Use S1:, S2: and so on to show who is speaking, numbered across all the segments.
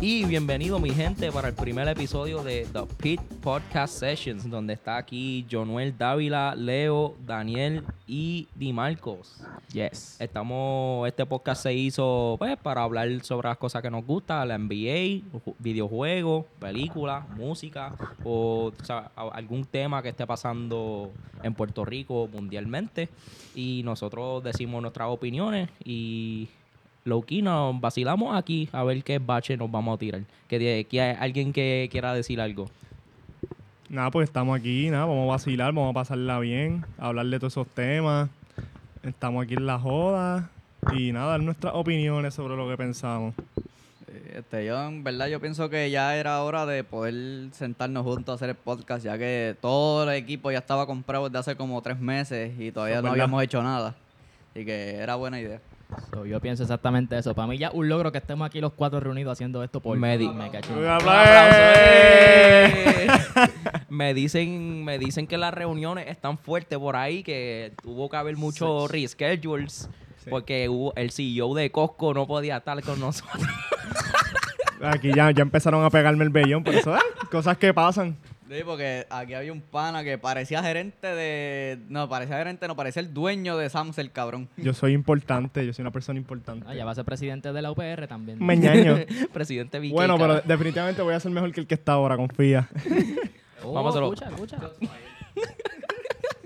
S1: Y bienvenido, mi gente, para el primer episodio de The Pit Podcast Sessions, donde está aquí Jonuel Dávila, Leo, Daniel y Di Marcos.
S2: Yes.
S1: Estamos, este podcast se hizo pues, para hablar sobre las cosas que nos gustan, la NBA, ju- videojuegos, películas, música o, o sea, a- algún tema que esté pasando en Puerto Rico mundialmente. Y nosotros decimos nuestras opiniones y Lowkey nos vacilamos aquí a ver qué bache nos vamos a tirar. Que, de- que hay alguien que quiera decir algo.
S3: Nada, pues estamos aquí, nada, vamos a vacilar, vamos a pasarla bien, a hablar de todos esos temas. Estamos aquí en la joda y nada, dar nuestras opiniones sobre lo que pensamos.
S2: Eh, Este, yo en verdad yo pienso que ya era hora de poder sentarnos juntos a hacer el podcast, ya que todo el equipo ya estaba comprado desde hace como tres meses y todavía
S3: Eso es
S2: no
S3: verdad.
S2: habíamos hecho nada. Así que era buena idea.
S4: So, yo pienso exactamente eso. Para mí ya un logro que estemos aquí los cuatro reunidos haciendo esto por
S1: Me di-
S4: me cacho.
S3: Un aplauso.
S1: me dicen me dicen que las reuniones están fuertes por ahí que tuvo que haber muchos reschedules
S3: Sí.
S1: porque hubo- el CEO de Costco no podía estar con nosotros
S3: Aquí ya, ya empezaron a pegarme el vellón, por eso, ah, cosas que pasan.
S2: Sí, porque aquí había un pana que parecía gerente de... No, parecía gerente, no, parecía el dueño de Sams, el cabrón.
S3: Yo soy importante, yo soy una persona importante.
S4: Ah, ya va a ser presidente de la UPR también.
S3: Meñaño.
S1: presidente Vicky
S3: bueno, pero
S1: cara.
S3: definitivamente voy a ser mejor que el que está ahora, confía.
S4: Oh,
S1: Vamos a hacerlo.
S4: escucha, escucha.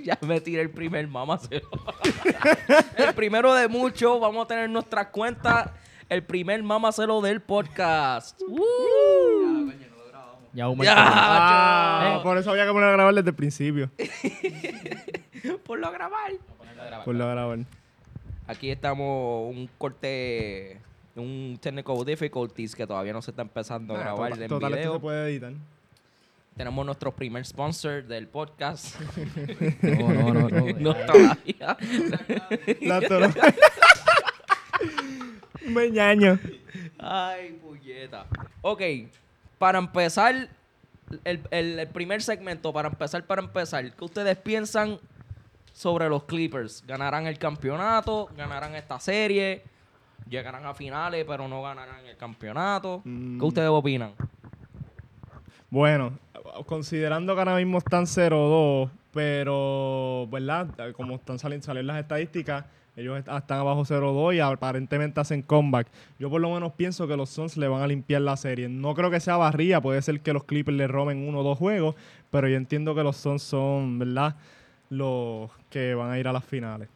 S1: ya me tiré el primer mamacero el primero de muchos vamos a tener nuestras cuentas el primer mamacero del podcast ¡Uh!
S4: Ya un
S1: ya,
S3: Ah, por eso había que poner a grabar desde el principio.
S1: chaval, por lo grabar
S3: Por lo grabar.
S1: Aquí estamos un corte, un technical difficulties que todavía no se está empezando a grabar
S3: Total,
S1: en
S3: total, esto
S1: video.
S3: Ah, se puede editar.
S1: Tenemos nuestro primer sponsor del podcast.
S4: No, no, no. no.
S1: no todavía.
S3: La toro- Meñaño.
S1: Ay, puñeta. Ok, para empezar, el, el- el primer segmento, para empezar, para empezar, ¿qué ustedes piensan sobre los Clippers? ¿Ganarán el campeonato? ¿Ganarán esta serie? ¿Llegarán a finales, pero no ganarán el campeonato?
S3: Mm.
S1: ¿Qué ustedes opinan?
S3: Bueno, considerando que ahora mismo están 0-2, pero, ¿verdad? Como están saliendo, salen las estadísticas, ellos est- ah, están abajo 0-2 y aparentemente hacen comeback. Yo por lo menos pienso que los Suns le van a limpiar la serie. No creo que sea barría, puede ser que los Clippers le roben uno o dos juegos, pero yo entiendo que los Suns son, ¿verdad? Los que van a ir a las finales.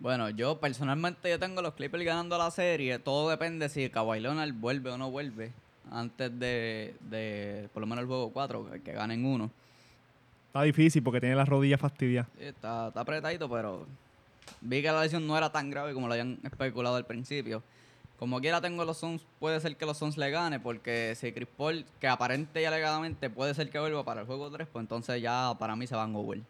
S2: Bueno, yo personalmente yo tengo los Clippers ganando la serie. Todo depende si Kawhi Leonard vuelve o no vuelve antes de, de por lo menos el juego 4, que, que ganen uno.
S3: Está difícil porque tiene las rodillas fastidiadas.
S2: Sí, Está, está apretadito, pero vi que la lesión no era tan grave como lo habían especulado al principio. Como quiera tengo los Suns, puede ser que los Suns le gane, porque si Chris Paul, que aparente y alegadamente puede ser que vuelva para el juego 3, pues entonces ya para mí se van over.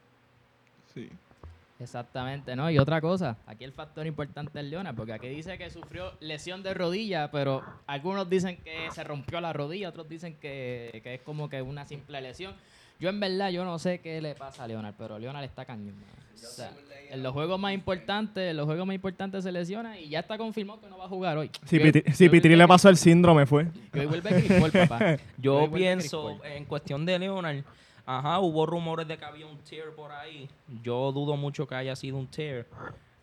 S4: Exactamente, ¿no? Y otra cosa, aquí el factor importante es Leona, porque aquí dice que sufrió lesión de rodilla, pero algunos dicen que se rompió la rodilla, otros dicen que, que es como que una simple lesión. Yo en verdad, yo no sé qué le pasa a Leonard, pero Leonard está cañón. mano. O sea, en los juegos más importantes, en los juegos más importantes se lesiona y ya está confirmado que no va a jugar hoy.
S3: Si,
S4: Que-
S3: Pitri,
S4: que
S3: si
S4: hoy
S3: Pitri
S4: vuelve-
S3: le pasó el síndrome, fue.
S4: que hoy vuelve Chris Paul, papá.
S1: Yo
S4: Estoy igual que Chris
S1: pienso,
S4: Paul.
S1: en cuestión de Leonard, ajá, hubo rumores de que había un tier por ahí. Yo dudo mucho que haya sido un tier.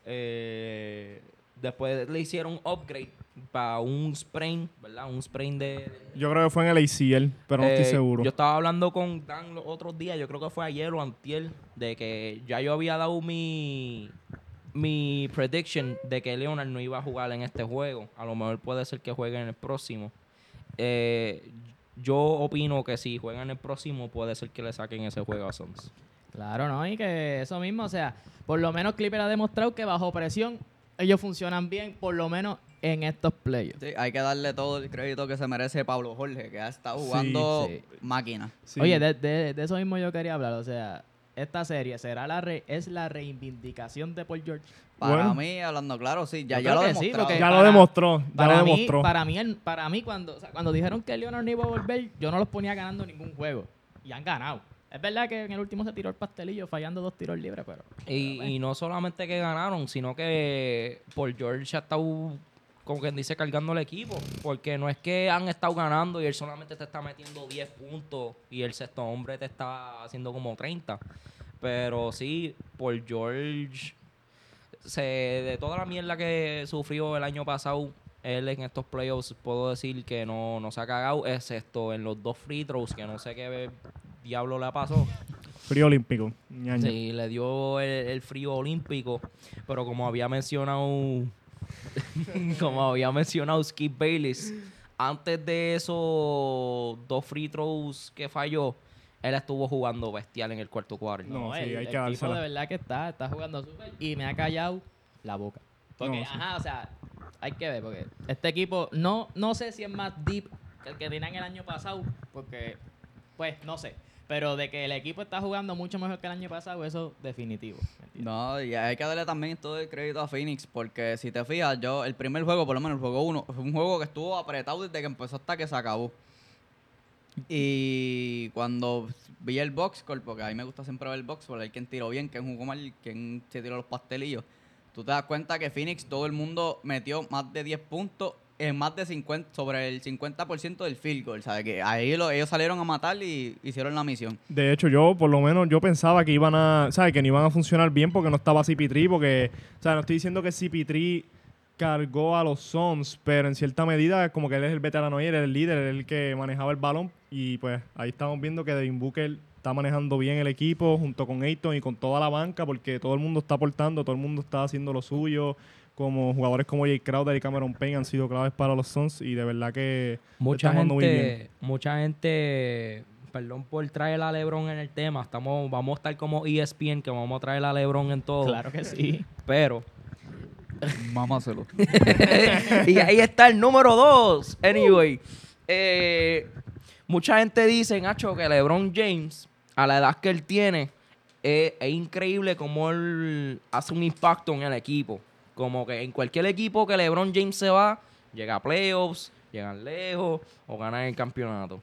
S1: Eh, después le hicieron upgrade para un sprain, ¿verdad? Un sprain de...
S3: Yo creo que fue en el ACL, pero no estoy
S1: Eh,
S3: seguro.
S1: Yo estaba hablando con Dan los otros días, yo creo que fue ayer o antier, de que ya yo había dado mi mi prediction de que Leonard no iba a jugar en este juego. A lo mejor puede ser que juegue en el próximo. Eh, yo opino que si juega en el próximo, puede ser que le saquen ese juego a Suns.
S4: Claro, ¿no? Y que eso mismo, o sea, por lo menos Clipper ha demostrado que bajo presión ellos funcionan bien, por lo menos en estos playoffs.
S2: Sí, hay que darle todo el crédito que se merece Pablo Jorge, que ha estado jugando
S4: Sí.
S2: máquina.
S3: Sí.
S4: Oye, de, de- de eso mismo yo quería hablar, o sea, esta serie será la re- es la reivindicación de Paul George.
S2: Para
S3: Bueno.
S2: mí, hablando claro, sí, ya,
S4: Yo
S2: ya lo
S4: creo
S2: ha
S4: que sí,
S2: demostrado.
S4: porque-
S3: ya lo
S4: para-
S3: demostró, ya
S4: Para
S3: lo
S4: mí,
S3: demostró.
S4: para mí, el- para mí cuando, o sea, cuando dijeron que Leonard no iba a volver, yo no los ponía ganando ningún juego y han ganado. Es verdad que en el último se tiró el pastelillo fallando dos tiros libres, pero
S1: Y, y no solamente que ganaron, sino que por George ha estado como quien dice, cargando el equipo. Porque no es que han estado ganando y él solamente te está metiendo 10 puntos y el sexto hombre te está haciendo como 30. Pero sí, por George, se, de toda la mierda que sufrió el año pasado, él en estos playoffs puedo decir que no, no se ha cagado, excepto en los dos free throws, que no sé qué diablo le pasó.
S3: Frío olímpico. ñaña.
S1: Sí, le dio el, el frío olímpico, pero como había mencionado, como había mencionado Skip Bayless, antes de esos dos free throws que falló, él estuvo jugando bestial en el cuarto cuarto.
S3: No, sí,
S4: el,
S3: hay
S4: el
S3: que
S4: tipo
S3: dársela.
S4: de verdad que está, está jugando súper y me ha callado la boca. Porque,
S3: No, sí.
S4: ajá, o sea, hay que ver, porque este equipo no, no sé si es más deep que el que tenían el año pasado, porque, pues, no sé. Pero de que el equipo está jugando mucho mejor que el año pasado, eso definitivo. ¿me entiendes?
S2: No, y hay que darle también todo el crédito a Phoenix, porque si te fijas, yo, el primer juego, por lo menos el juego uno, fue un juego que estuvo apretado desde que empezó hasta que se acabó. Y cuando vi el box score, porque a mí me gusta siempre ver el box score, ver quién tiró bien, quién jugó mal, quién se tiró los pastelillos. Tú te das cuenta que Phoenix, todo el mundo metió más de 10 puntos, en más de 50, sobre el 50% del field goal, ¿sabes? Que ahí lo- ellos salieron a matar y hicieron la misión.
S3: De hecho, yo por lo menos yo pensaba que iban a, ¿sabes? Que no iban a funcionar bien porque no estaba CP3, porque, o sea, no estoy diciendo que CP3 cargó a los Suns, pero en cierta medida como que él es el veterano y él es el líder, él es el que manejaba el balón y pues ahí estamos viendo que Devin Booker está manejando bien el equipo junto con Ayton y con toda la banca porque todo el mundo está aportando, todo el mundo está haciendo lo suyo, como jugadores como Jay Crowder y Cameron Payne han sido claves para los Suns y de verdad que
S1: Mucha
S3: está jugando muy
S1: gente, mucha gente, perdón por traer a LeBron en el tema, estamos vamos a estar como E ESPN que vamos a traer a LeBron en
S3: Oh.
S1: todo,
S4: Claro que sí.
S1: pero
S2: Mámaselo.
S1: y ahí está el número dos. Anyway, eh, mucha gente dice, Nacho, que LeBron James, a la edad que él tiene, eh, es increíble cómo él hace un impacto en el equipo. Como que en cualquier equipo que LeBron James se va, llega a playoffs, llegan lejos o ganan el campeonato.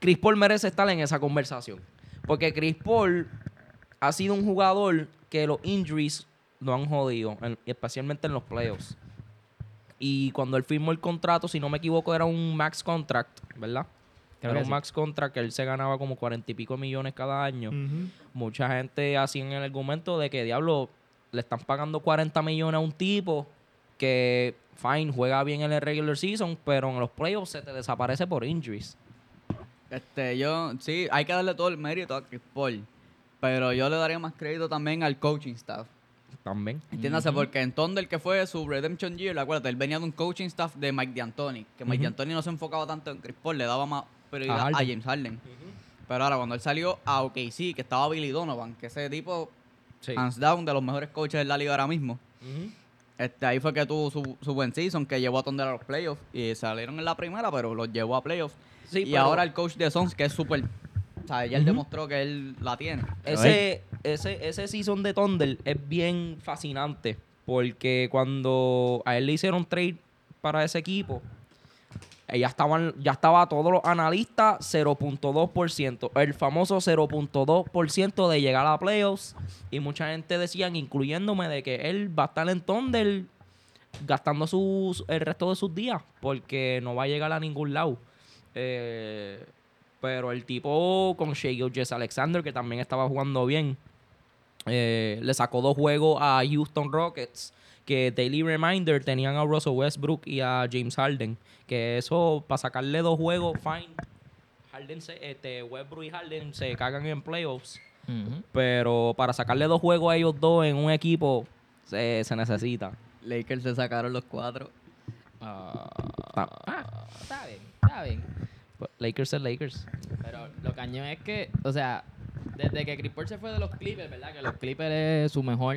S1: Chris Paul merece estar en esa conversación. Porque Chris Paul ha sido un jugador que los injuries lo han jodido, en- especialmente en los playoffs. Y cuando él firmó el contrato, si no me equivoco, era un max contract, ¿verdad? era
S4: Creo que
S1: un
S4: sí.
S1: max contract que él se ganaba como cuarenta y pico millones cada año.
S3: Ujú.
S1: Mucha gente hacía el argumento de que, diablo, le están pagando 40 millones a un tipo que, fine, juega bien en el regular season, pero en los playoffs se te desaparece por injuries.
S2: Este, yo, sí, hay que darle todo el mérito a Chris Paul, pero yo le daría más crédito también al coaching staff.
S1: También.
S2: Entiéndase, porque en Thunder, que fue su Redemption Year, acuérdate, él venía de un coaching staff de Mike D'Antoni, que Mike D'Antoni no se enfocaba tanto en Chris Paul, le daba más prioridad
S1: A
S2: a,
S1: Harden.
S2: James Harden. Pero ahora, cuando él salió a OKC, que estaba Billy Donovan, que ese tipo,
S1: Sí.
S2: hands down, de los mejores coaches de la liga ahora mismo,
S1: Ujú.
S2: este, ahí fue que tuvo su, su buen season, que llevó a Thunder a los playoffs, y salieron en la primera, pero los llevó a playoffs.
S1: Sí,
S2: y
S1: pero-
S2: ahora el coach de Sons, que es súper. O sea, ya él demostró que él la tiene.
S1: Ese, ese, ese season de Thunder es bien fascinante. Porque cuando a él le hicieron trade para ese equipo, eh, ya estaban, ya estaba todos los analistas 0.2%. El famoso 0.2% de llegar a playoffs. Y mucha gente decían, incluyéndome, de que él va a estar en Thunder gastando sus, el resto de sus días. Porque no va a llegar a ningún lado. Eh, pero el tipo con Shea Jess Alexander, que también estaba jugando bien, eh, le sacó dos juegos a Houston Rockets, que Daily Reminder tenían a Russell Westbrook y a James Harden. Que eso, para sacarle dos juegos, fine. Harden se- este, Westbrook y Harden se cagan en playoffs.
S4: Ujú.
S1: Pero para sacarle dos juegos a ellos dos en un equipo, se, se necesita.
S2: Lakers se sacaron los cuatro.
S1: Ah,
S4: Está bien, está bien.
S1: pues, Lakers es Lakers.
S4: Pero lo cañón es que, o sea, desde que Chris Paul se fue de los Clippers, ¿verdad? Que los Clippers es su mejor,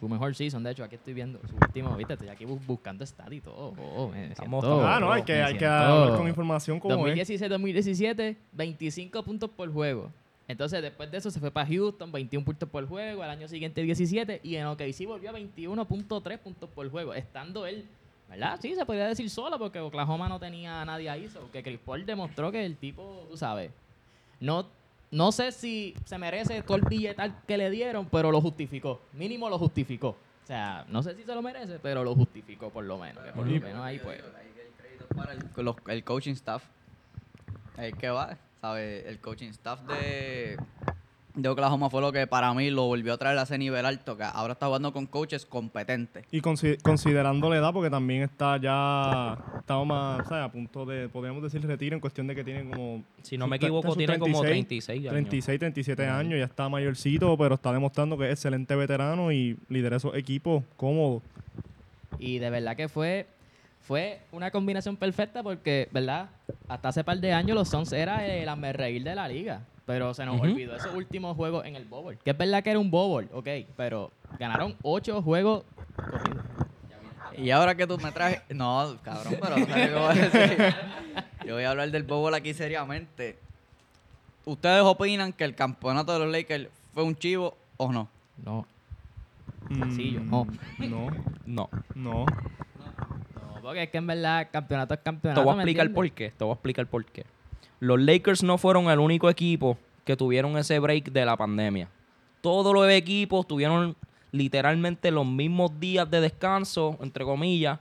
S4: su mejor season. De hecho, aquí estoy viendo su último, ¿viste? Estoy aquí bu- buscando stat y todo. Oh, me
S1: Estamos-
S4: siento-
S3: Ah, no, hay
S4: me
S3: que, hay que
S4: siento-
S3: hablar con información como es.
S4: 2016-2017, 25 puntos por juego. Entonces, después de eso se fue para Houston, 21 puntos por juego. Al año siguiente, 17. Y en OKC volvió a 21.3 puntos por juego. Estando él, ¿verdad? Sí, se podría decir solo porque Oklahoma no tenía a nadie ahí. so que Chris Paul demostró que el tipo, tú sabes, no, no sé si se merece todo el billetal que le dieron, pero lo justificó. Mínimo lo justificó. O sea, no sé si se lo merece, pero lo justificó por lo menos. Que por lo menos ahí pues.
S2: para el, los- el coaching staff. El que va, ¿sabes? El coaching staff de, de Oklahoma fue lo que para mí lo volvió a traer a ese nivel alto. Que ahora está jugando con coaches competentes.
S3: Y consi- considerando la edad, porque también está ya, estamos más, ¿sabes? A punto de, podríamos decir, retiro en cuestión de que tiene como...
S1: Si no me
S3: está- está
S1: equivoco,
S3: sus
S1: tiene como 36 años.
S3: 36, 37 años, ya está mayorcito, pero está demostrando que es excelente veterano y lidera esos equipos cómodo.
S4: Y de verdad que fue, fue una combinación perfecta porque, ¿verdad? Hasta hace par de años los Suns era el reír de la liga. Pero se nos
S1: Ujú.
S4: olvidó esos últimos juegos en el Bowl. Que es verdad que era un Bowl, ok. Pero ganaron ocho juegos corridos.
S2: Y ahora que tú me traes. No, cabrón, pero no sabes qué voy a decir. Yo voy a hablar del Bowl aquí seriamente. ¿Ustedes opinan que el campeonato de los Lakers fue un chivo o no?
S4: No.
S3: Mm,
S4: Sencillo,
S1: Oh.
S4: no.
S3: No,
S1: No.
S3: no.
S4: No, porque es que en verdad campeonato es
S1: Te
S4: campeonato.
S1: voy a
S4: ¿me
S1: explicar
S4: entiendes?
S1: por qué. Te voy a explicar por qué. Los Lakers no fueron el único equipo que tuvieron ese break de la pandemia. Todos los equipos tuvieron literalmente los mismos días de descanso, entre comillas.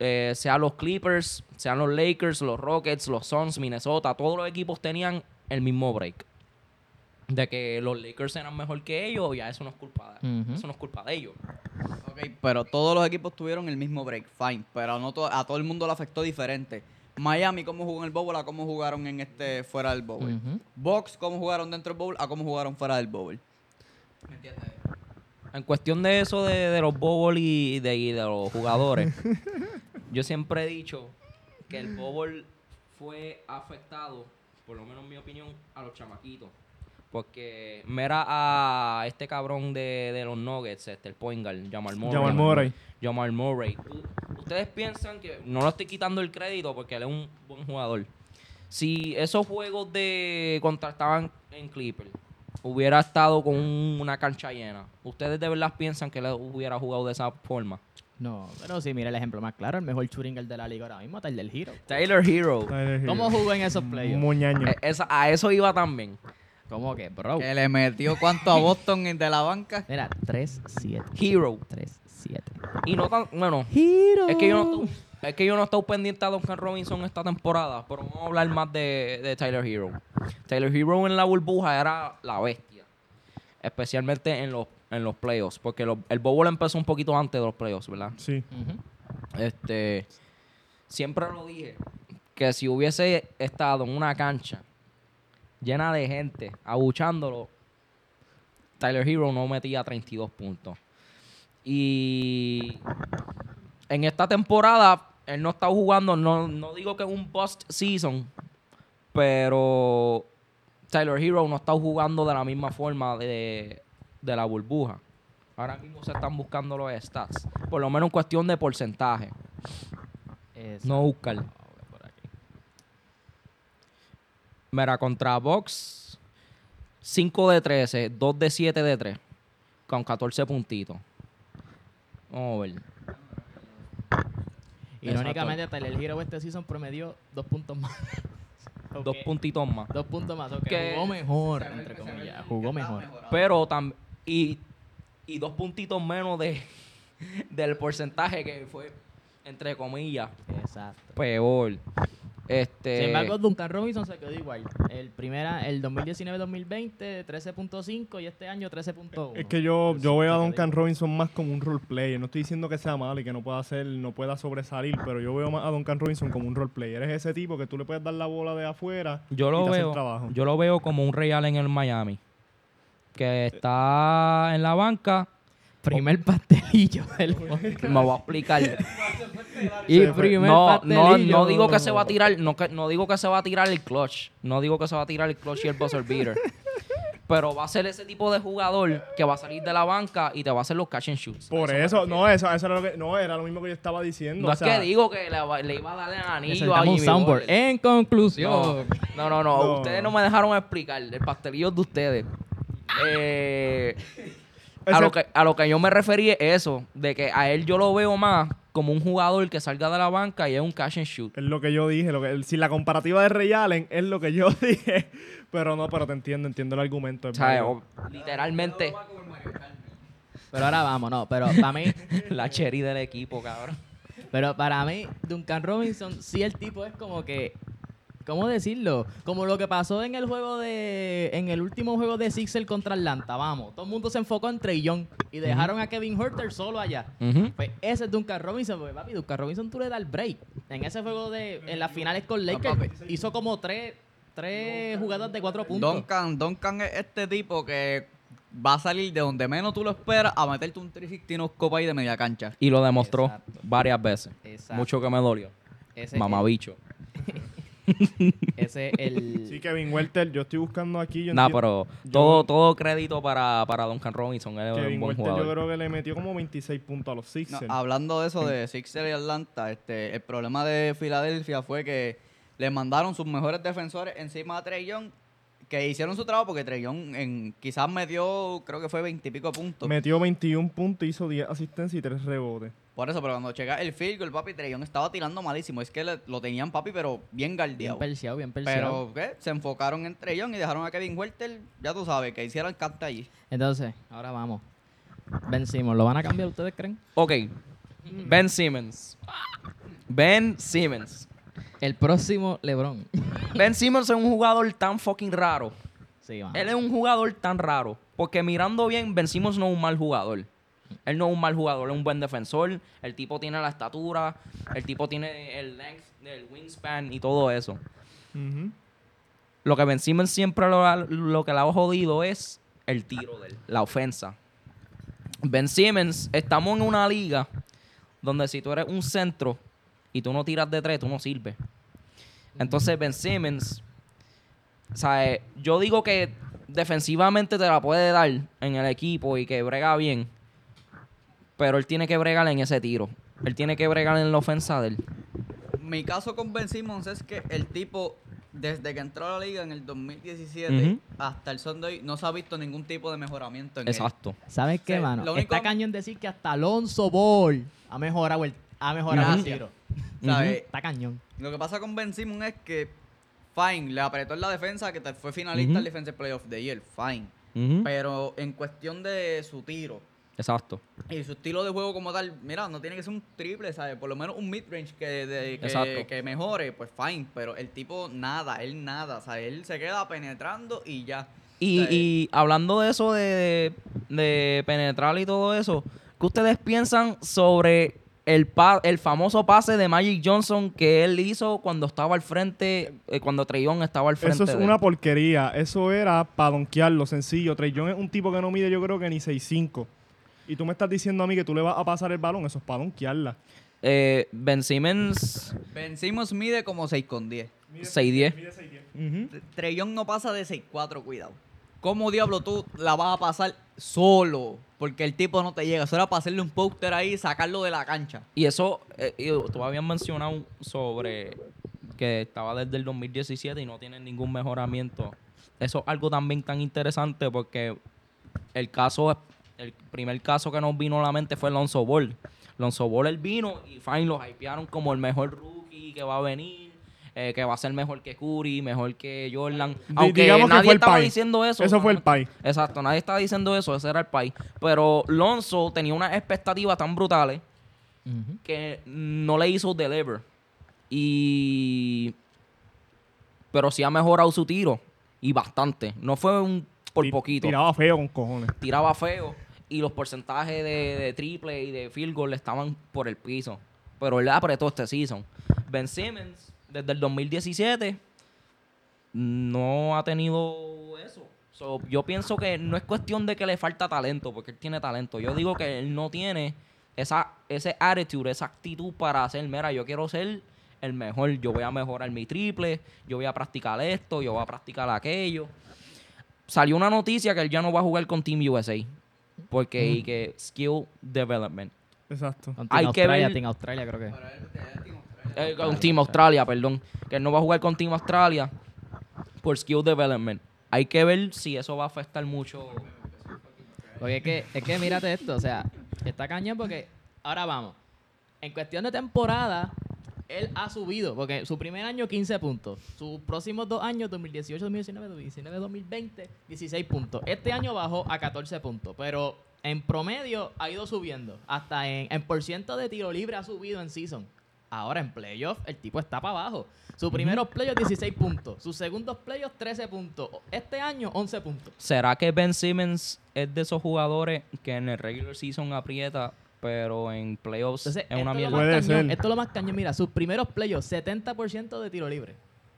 S1: Eh, sean los Clippers, sean los Lakers, los Rockets, los Suns, Minnesota, todos los equipos tenían el mismo break. De que los Lakers eran mejor que ellos, ya eso no es culpa, de-
S4: Ujú.
S1: eso no es culpa de ellos.
S2: Ok, pero todos los equipos tuvieron el mismo break, fine. Pero no to- a todo el mundo le afectó diferente. Miami, cómo jugó en el Bowl, a cómo jugaron en este fuera del Bowl.
S4: Ujú.
S2: Box, cómo jugaron dentro del Bowl, a cómo jugaron fuera del Bowl.
S1: En cuestión de eso de, de los bobol y de, y de los jugadores, yo siempre he dicho que el bobol fue afectado, por lo menos en mi opinión, a los chamaquitos. Porque mira a este cabrón de, de los Nuggets, este, el point guard, Jamal Murray.
S3: Jamal Murray.
S1: Jamal Murray. Tú- Ustedes piensan que, no lo estoy quitando el crédito porque él es un buen jugador. Si esos juegos de contrataban en Clipper hubiera estado con un- una cancha llena, ¿ustedes de verdad piensan que él hubiera jugado de esa forma?
S4: No, pero sí, mira el ejemplo más claro. El mejor shooting de la liga ahora mismo, tal del giro.
S1: Taylor Hero.
S3: Tyler Hill.
S4: ¿Cómo jugó en esos
S3: eh, Un
S4: playoffs?
S3: Moñaño.
S1: Eh, esa- a eso iba también.
S4: ¿Cómo que, bro?
S2: Que le metió cuánto a Boston en- de la banca.
S4: Mira, 3-7.
S1: Hero.
S4: 3-7.
S1: Y no tan, bueno,
S4: Giro.
S1: es que yo no estu- es que yo no he estado pendiente a Duncan Robinson esta temporada, pero vamos a hablar más de, de Tyler Hero. Tyler Hero en la burbuja era la bestia, especialmente en los, en los playoffs, porque los- el Bowl empezó un poquito antes de los playoffs, ¿verdad?
S3: Sí.
S4: Ujú.
S1: Este, siempre lo dije, que si hubiese estado en una cancha llena de gente abuchándolo, Tyler Hero no metía 32 puntos. Y en esta temporada, él no está jugando, no, no digo que es un bust season, pero Tyler Hero no está jugando de la misma forma de, de la burbuja. Ahora mismo se están buscando los stats. Por lo menos en cuestión de porcentaje.
S4: Eso.
S1: No buscar.
S4: Vamos a ver por aquí.
S1: Mira, contra Box, 5 de 13, 2 de 7 de 3, con 14 puntitos. Vamos a ver.
S4: Irónicamente, Tyler Hero este season promedió dos puntos más. Ok.
S1: Dos puntitos más.
S4: Dos puntos más, ok.
S1: Que-
S4: Jugó mejor, entre comillas. Jugó mejor.
S1: Pero también. Y, y dos puntitos menos de, del porcentaje que fue, entre comillas,
S4: Exacto.
S1: peor. Este,
S4: Sin embargo, Duncan Robinson se quedó igual. El primera, el 2019-2020, 13.5 y este año 13.1.
S3: Es que yo, yo
S4: Sí,
S3: veo a
S4: sí,
S3: Duncan Robinson más como un roleplayer. No estoy diciendo que sea malo y que no pueda hacer, no pueda sobresalir, pero yo veo más a Duncan Robinson como un roleplayer. Es ese tipo que tú le puedes dar la bola de afuera.
S1: Yo
S3: y
S1: lo
S3: te hace el
S1: veo,
S3: trabajo.
S1: yo lo veo como un Real en el Miami. Que está en la banca.
S4: Primer pastelillo del
S1: Me
S4: podcast.
S1: voy a explicar.
S4: Y
S3: fue-
S4: primer
S1: No, no,
S4: pastelillo.
S1: no digo que se va a tirar, no, que- no digo que se va a tirar el clutch. No digo que se va a tirar el clutch y el buzzer beater. Pero va a ser ese tipo de jugador que va a salir de la banca y te va a hacer los catch and shoots.
S3: Por eso, no, eso, eso era lo que, no, era lo mismo que yo estaba diciendo.
S1: No
S3: o
S1: es
S3: sea,
S1: que digo que le, va- le iba a dar el anillo a
S4: Necesitamos un
S1: Jimmy
S4: soundboard.
S1: Butler.
S4: En conclusión.
S1: No, no, no, no,
S3: No.
S1: Ustedes no me dejaron explicar. El pastelillo es de ustedes. Eh, a,
S3: Ese-
S1: lo que, a lo que yo me referí es eso, de que a él yo lo veo más como un jugador que salga de la banca y es un catch and shoot.
S3: Es lo que yo dije. Lo que, si la comparativa de Ray Allen es lo que yo dije.
S1: oh,
S3: Pero no, pero te entiendo, entiendo el argumento.
S1: O
S3: es
S1: sea,
S3: válido.
S1: o- literalmente.
S4: Pero ahora vamos, no. Pero para mí,
S1: La cherry del equipo, cabrón.
S4: pero para mí, Duncan Robinson, sí el tipo es como que. ¿Cómo decirlo? Como lo que pasó en el juego de. En el último juego de Sixer contra Atlanta, vamos. Todo el mundo se enfocó en Trey Young y dejaron a Kevin Hurter solo allá. Pues ese es Duncan Robinson, porque papi, Duncan Robinson tú le das el break. En ese juego de. En las finales con Lakers,
S2: papi.
S4: hizo como tres, tres jugadas de cuatro puntos.
S2: Duncan, Duncan es este tipo que va a salir de donde menos tú lo esperas a meterte un 360 copa ahí de media cancha.
S1: Y lo demostró
S4: Exacto.
S1: varias veces.
S4: Exacto.
S1: Mucho que me dolió.
S4: Ese,
S1: Mamabicho.
S4: Ese es el.
S3: Sí, Kevin Welter, yo estoy buscando aquí. Yo
S1: Nah,
S3: entiendo-
S1: pero
S3: yo-
S1: todo, todo crédito para, para Duncan Robinson. Él es un
S3: Kevin
S1: buen
S3: Welter yo
S1: jugador.
S3: creo que le metió como 26 puntos a los
S2: No,
S3: Sixers.
S2: hablando de eso de Sixer y Atlanta, este, el problema de Filadelfia fue que le mandaron sus mejores defensores encima a Trey Young, que hicieron su trabajo porque Trey Young en, quizás metió, creo que fue 20 y pico puntos.
S3: metió 21 puntos, hizo 10 asistencias y 3 rebotes.
S2: Por eso, pero cuando llega el field goal, papi, Trey Young estaba tirando malísimo. Es que le- lo tenían, papi, pero bien
S4: Bien
S2: galdeado.
S4: perseado, bien perseado.
S2: Pero ¿qué? se enfocaron en Trey Young y dejaron a Kevin Huertel, ya tú sabes, que hiciera el cante allí.
S4: Entonces, ahora vamos. Vencimos. ¿Lo van a cambiar ustedes, creen?
S1: Ok. Ben Simmons. Ben Simmons.
S4: El próximo LeBron.
S1: Ben Simmons es un jugador tan fucking raro.
S4: Sí, vamos.
S1: Él es un jugador tan raro. Porque mirando bien, Ben Simmons no es un mal jugador. Él no es un mal jugador, es un buen defensor. El tipo tiene la estatura, el tipo tiene el length, el wingspan y todo eso.
S3: Ujú.
S1: Lo que Ben Simmons siempre lo, ha- lo que le ha jodido es el tiro de él, la ofensa. Ben Simmons, estamos en una liga donde si tú eres un centro y tú no tiras de tres, tú no sirves. Entonces Ben Simmons, ¿sabes? yo digo que defensivamente te la puede dar en el equipo y que brega bien, pero él tiene que bregar en ese tiro. Él tiene que bregar en la ofensa de él.
S2: Mi caso con Ben Simmons es que el tipo, desde que entró a la liga en el 2017
S1: Ujú.
S2: hasta el son de hoy, no se ha visto ningún tipo de mejoramiento en él.
S1: Exacto.
S4: ¿Sabes qué,
S2: Sí,
S4: mano?
S2: lo único-
S4: Está cañón decir que hasta Alonso Ball ha mejorado el, ha mejorado el
S2: Gracias.
S4: tiro.
S2: ¿Sabes?
S4: Está cañón.
S2: Lo que pasa con Ben Simmons es que, fine, le apretó en la defensa, que te- fue finalista
S1: Ujú.
S2: en Defensive Playoff de Year, fine.
S1: Ujú.
S2: Pero en cuestión de su tiro
S1: Exacto.
S2: y su estilo de juego como tal, mira, no tiene que ser un triple, ¿sabes? Por lo menos un mid-range que, de- que,
S1: Exacto.
S2: que mejore, pues fine. Pero el tipo nada, él nada, ¿sabes? Él se queda penetrando y ya.
S1: Y,
S2: ¿Sabes?
S1: y hablando de eso, de, de penetrar y todo eso, ¿qué ustedes piensan sobre el, pa- el famoso pase de Magic Johnson que él hizo cuando estaba al frente, eh, cuando Treyón estaba al frente?
S3: Eso es
S1: de él?
S3: una porquería. Eso era para donkearlo, sencillo. Trey Young es un tipo que no mide, yo creo que ni 6'5". Y tú me estás diciendo a mí que tú le vas a pasar el balón. Eso es para donkearla.
S1: Eh, ben Simmons,
S2: Ben Simmons mide como 6 con 10.
S1: 6'10".
S2: Trellón no pasa de 6-4, cuidado. ¿Cómo diablo tú la vas a pasar solo? Porque el tipo no te llega. Eso era para hacerle un póster ahí y sacarlo de la cancha.
S1: Y eso, eh, y tú habías mencionado sobre que estaba desde el 2017 y no tiene ningún mejoramiento. Eso es algo también tan interesante porque el caso, el primer caso que nos vino a la mente fue Lonzo Ball. Lonzo Ball él vino y fine, lo hypearon como el mejor rookie que va a venir, eh, que va a ser mejor que Curry, mejor que Jordan.
S3: Di-
S1: Aunque
S3: digamos que
S1: nadie
S3: fue el
S1: estaba
S3: pai.
S1: diciendo eso.
S3: Eso fue el
S1: solamente-
S3: pai.
S1: Exacto, nadie estaba diciendo eso, ese era el país. Pero Lonzo tenía unas expectativas tan brutales
S4: Ujú.
S1: que no le hizo deliver. Y. Pero sí ha mejorado su tiro. Y bastante. No fue un por
S3: Ti-
S1: poquito.
S3: Tiraba feo con cojones.
S1: Tiraba feo. Y los porcentajes de, de triple y de field goal estaban por el piso. Pero él apretó este season. Ben Simmons, desde el 2017, no ha tenido eso. So, yo pienso que no es cuestión de que le falta talento, porque él tiene talento. Yo digo que él no tiene esa, ese attitude, esa actitud para hacer, mira, yo quiero ser el mejor, yo voy a mejorar mi triple, yo voy a practicar esto, yo voy a practicar aquello. Salió una noticia que él ya no va a jugar con Team USA, porque
S4: Mm.
S1: y que Skill Development.
S3: Exacto.
S4: Con
S1: Hay
S4: Team
S1: que
S4: Australia,
S1: ver-
S4: Team Australia creo que.
S1: Eh, con Team Australia, perdón. Que él no va a jugar con Team Australia por Skill Development. Hay que ver si eso va a afectar mucho.
S4: Porque es que, es que mírate esto, o sea, está cañón porque ahora vamos. En cuestión de temporada, él ha subido, porque su primer año 15 puntos, sus próximos dos años, 2018, 2019, 2019, 2020, 16 puntos. Este año bajó a 14 puntos, pero en promedio ha ido subiendo. Hasta en, en por ciento de tiro libre ha subido en season. Ahora en playoff el tipo está para abajo. Sus primeros playoffs 16 puntos. Sus segundos playoffs 13 puntos. Este año 11 puntos.
S1: ¿Será que Ben Simmons es de esos jugadores que en el regular season aprieta, pero en playoffs
S4: Entonces,
S1: es una
S4: esto, es
S1: mierda?
S4: lo más
S3: Puede
S4: cañón,
S3: ser.
S4: esto es lo más cañón. Mira, sus primeros playoffs 70% de tiro libre.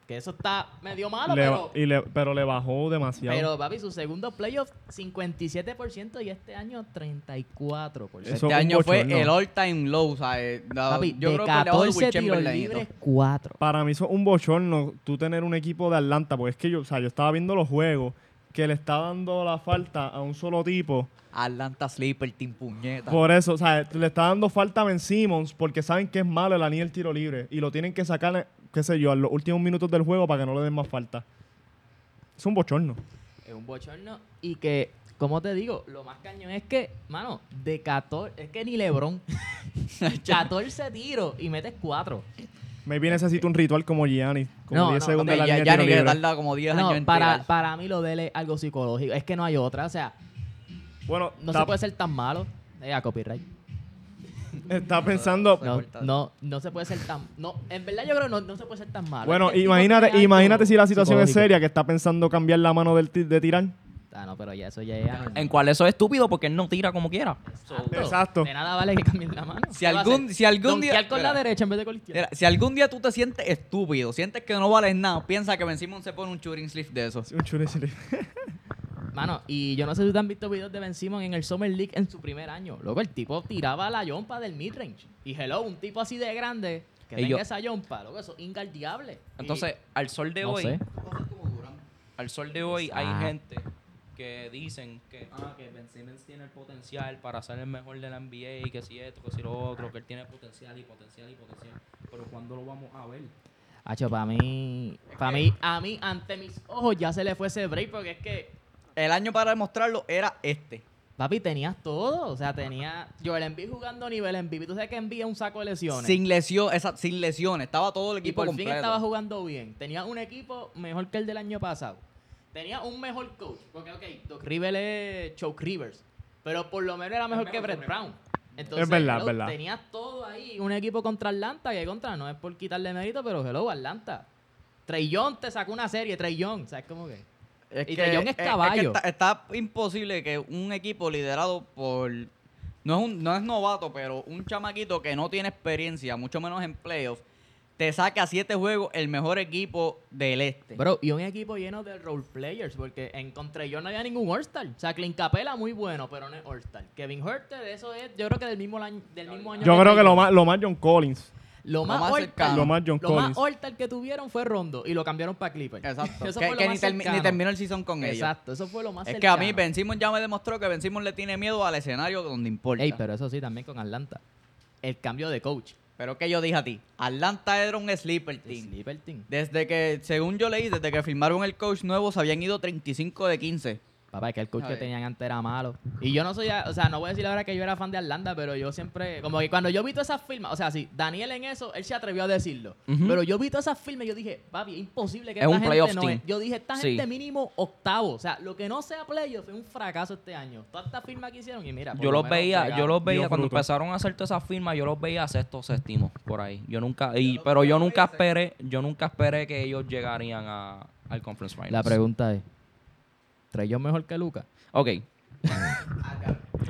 S4: Que eso está medio malo,
S3: Le ba-
S4: pero...
S3: y le- pero le bajó demasiado.
S4: Pero, papi, su segundo playoff, 57% y este año 34%.
S3: Eso
S2: este
S3: es un
S2: año fue
S3: bochorno.
S2: el all time low, o sea, eh, da-
S4: papi,
S2: yo
S4: de
S2: creo que por debajo de
S4: 14
S2: Will
S4: tiros
S2: Chamberlain y todo.
S4: libres, 4.
S3: Para mí eso es un bochorno tú tener un equipo de Atlanta, porque es que yo, o sea, yo estaba viendo los juegos que le está dando la falta a un solo tipo.
S2: Atlanta Sleeper Team Puñeta.
S3: Por eso, o sea, le está dando falta a Ben Simmons porque saben que es malo el anillo el tiro libre y lo tienen que sacar, qué sé yo, a los últimos minutos del juego para que no le den más falta. Es un bochorno.
S4: Es un bochorno. Y que, como te digo, lo más cañón es que, mano, de 14, es que ni Lebron. 14 tiros y metes 4.
S3: Maybe necesito un ritual como Gianni, como
S4: No,
S3: 10
S4: no,
S3: segundos en la
S2: Ya-
S3: línea de
S2: ya
S3: tiro
S2: ni que
S3: libre.
S2: tarda como 10 años
S4: No,
S2: en
S4: para,
S2: tirar.
S4: para mí lo de él es algo psicológico. Es que no hay otra. O sea,
S3: Bueno,
S4: no
S3: está,
S4: se puede ser tan malo. Eh, a copyright.
S3: está pensando,
S4: No,
S2: corta.
S4: no, no se puede ser tan. No, en verdad yo creo que no, no se puede ser tan malo.
S3: Bueno,
S4: Es que el tipo tiene
S3: imagínate,
S4: algo
S3: imagínate si la situación es
S4: psicológico.
S3: seria, que está pensando cambiar la mano del ti- de tirar.
S4: Ah, no, pero ya eso ya es. anormal.
S1: En cual eso es estúpido porque él no tira como quiera.
S4: Exacto.
S3: Exacto.
S4: De nada vale que cambien la mano.
S2: Si
S4: ¿Qué va a
S2: algún-
S4: hacer?
S2: si algún
S4: Donkear
S2: día-
S4: con
S2: Mira.
S4: la derecha en vez de con la izquierda.
S2: Mira, si algún día tú te sientes estúpido, sientes que no vales nada, piensa que Ben Simmons se pone un shooting sleeve de esos.
S3: Un churri slip.
S4: Mano, y yo no sé si ustedes han visto videos de Ben Simmons en el Summer League en su primer año. Luego el tipo tiraba la yompa del midrange. Y hello, un tipo así de grande que
S1: Y yo-
S4: tenga esa yompa, loco, eso es ingardeable.
S1: Entonces, al sol de
S4: no
S1: hoy,
S4: sé.
S1: al sol de hoy
S4: Ah.
S1: hay gente que dicen que, ah, que Ben Simmons tiene el potencial para ser el mejor de la NBA y que si esto, que si lo otro, que él tiene potencial y potencial y potencial. Pero ¿cuándo lo vamos a ver?
S4: Hacho, para mí, para mí, a mí, ante mis ojos ya se le fue ese break porque es que,
S2: El año para demostrarlo era este.
S4: papi, tenías todo. O sea, tenía Joel Embiid jugando a nivel Embiid. Tú sabes que Embiid es un saco de lesiones.
S2: Sin lesión, esa- sin lesiones, estaba todo el
S4: Y
S2: equipo
S4: por
S2: completo.
S4: fin estaba jugando bien. Tenía un equipo mejor que el del año pasado. Tenía un mejor coach. Porque, ok, Doc Rivers es Choke Rivers. Pero por lo menos era mejor, que Brett Brown. Entonces,
S3: Es verdad,
S4: hello,
S3: es verdad.
S4: tenía todo ahí. Un equipo contra Atlanta, que contra, no es por quitarle mérito, pero hello, Atlanta. Trey Young te sacó una serie, Trey Young. ¿Sabes cómo que?
S2: Es
S4: Y Trellón es caballo.
S2: está, está imposible que un equipo liderado por. No es, un, no es novato, pero un chamaquito que no tiene experiencia, mucho menos en playoffs, te saca a siete juegos el mejor equipo del este.
S4: Bro, y un equipo lleno de role players, porque en contra yo no había ningún All-Star. O sea, Clint Capela muy bueno, pero no es All-Star. Kevin Herter, eso es, yo creo que del mismo, año- del mismo año.
S3: Yo creo que
S4: Trey
S3: lo
S4: Young.
S3: más, lo más John Collins.
S4: Lo más,
S2: más
S4: all-time-
S2: cercano.
S3: Lo más John
S4: lo más
S3: Collins.
S4: all-time que tuvieron fue Rondo y lo cambiaron para Clippers.
S2: Exacto.
S4: Eso
S2: que
S4: fue lo
S2: que
S4: más
S2: ni, termi-
S4: cercano.
S2: ni terminó el season con ellos.
S4: Exacto, eso fue lo más
S2: Es que a mí
S4: cercano.
S2: Ben Simmons ya me demostró que Ben Simmons le tiene miedo al escenario donde importa.
S4: Ey,
S2: pero...
S4: pero eso sí, también con Atlanta. El cambio de coach.
S2: que yo dije a ti, Atlanta era un sleeper
S4: El
S2: team.
S4: Sleeper Team.
S2: Desde que, según yo leí, desde que firmaron el coach nuevo, se habían ido 35 de 15.
S4: Papá, es que el coach
S2: A
S4: que
S2: ver.
S4: tenían antes era malo. Y yo no soy, a- o sea, no voy a decir ahora que yo era fan de Atlanta, pero yo siempre, como que cuando yo vi todas esas filmas, o sea, sí, Daniel en eso, él se atrevió a decirlo.
S1: Ujú.
S4: Pero yo vi todas esas filmes, yo dije, papi, es imposible que
S1: Es
S4: esta
S1: un
S4: gente
S1: playoff
S4: no
S1: team.
S4: es- Yo dije, esta
S1: Sí.
S4: gente mínimo octavo. O sea, lo que no sea playoff es un fracaso este año. Todas estas filmas que hicieron y mira. por
S1: Yo
S4: lo
S1: los
S4: menos
S1: veía, yo
S4: llegaron.
S1: los veía
S3: Dio
S1: cuando
S3: fruto.
S1: empezaron a hacer todas esas firmas, yo los veía sexto, séptimo, por ahí. Yo nunca, y, pero yo nunca esperé, yo nunca esperé que ellos llegarían a, al Conference Finals.
S4: La pregunta es, ¿Trey Young mejor que Luca?
S1: Ok.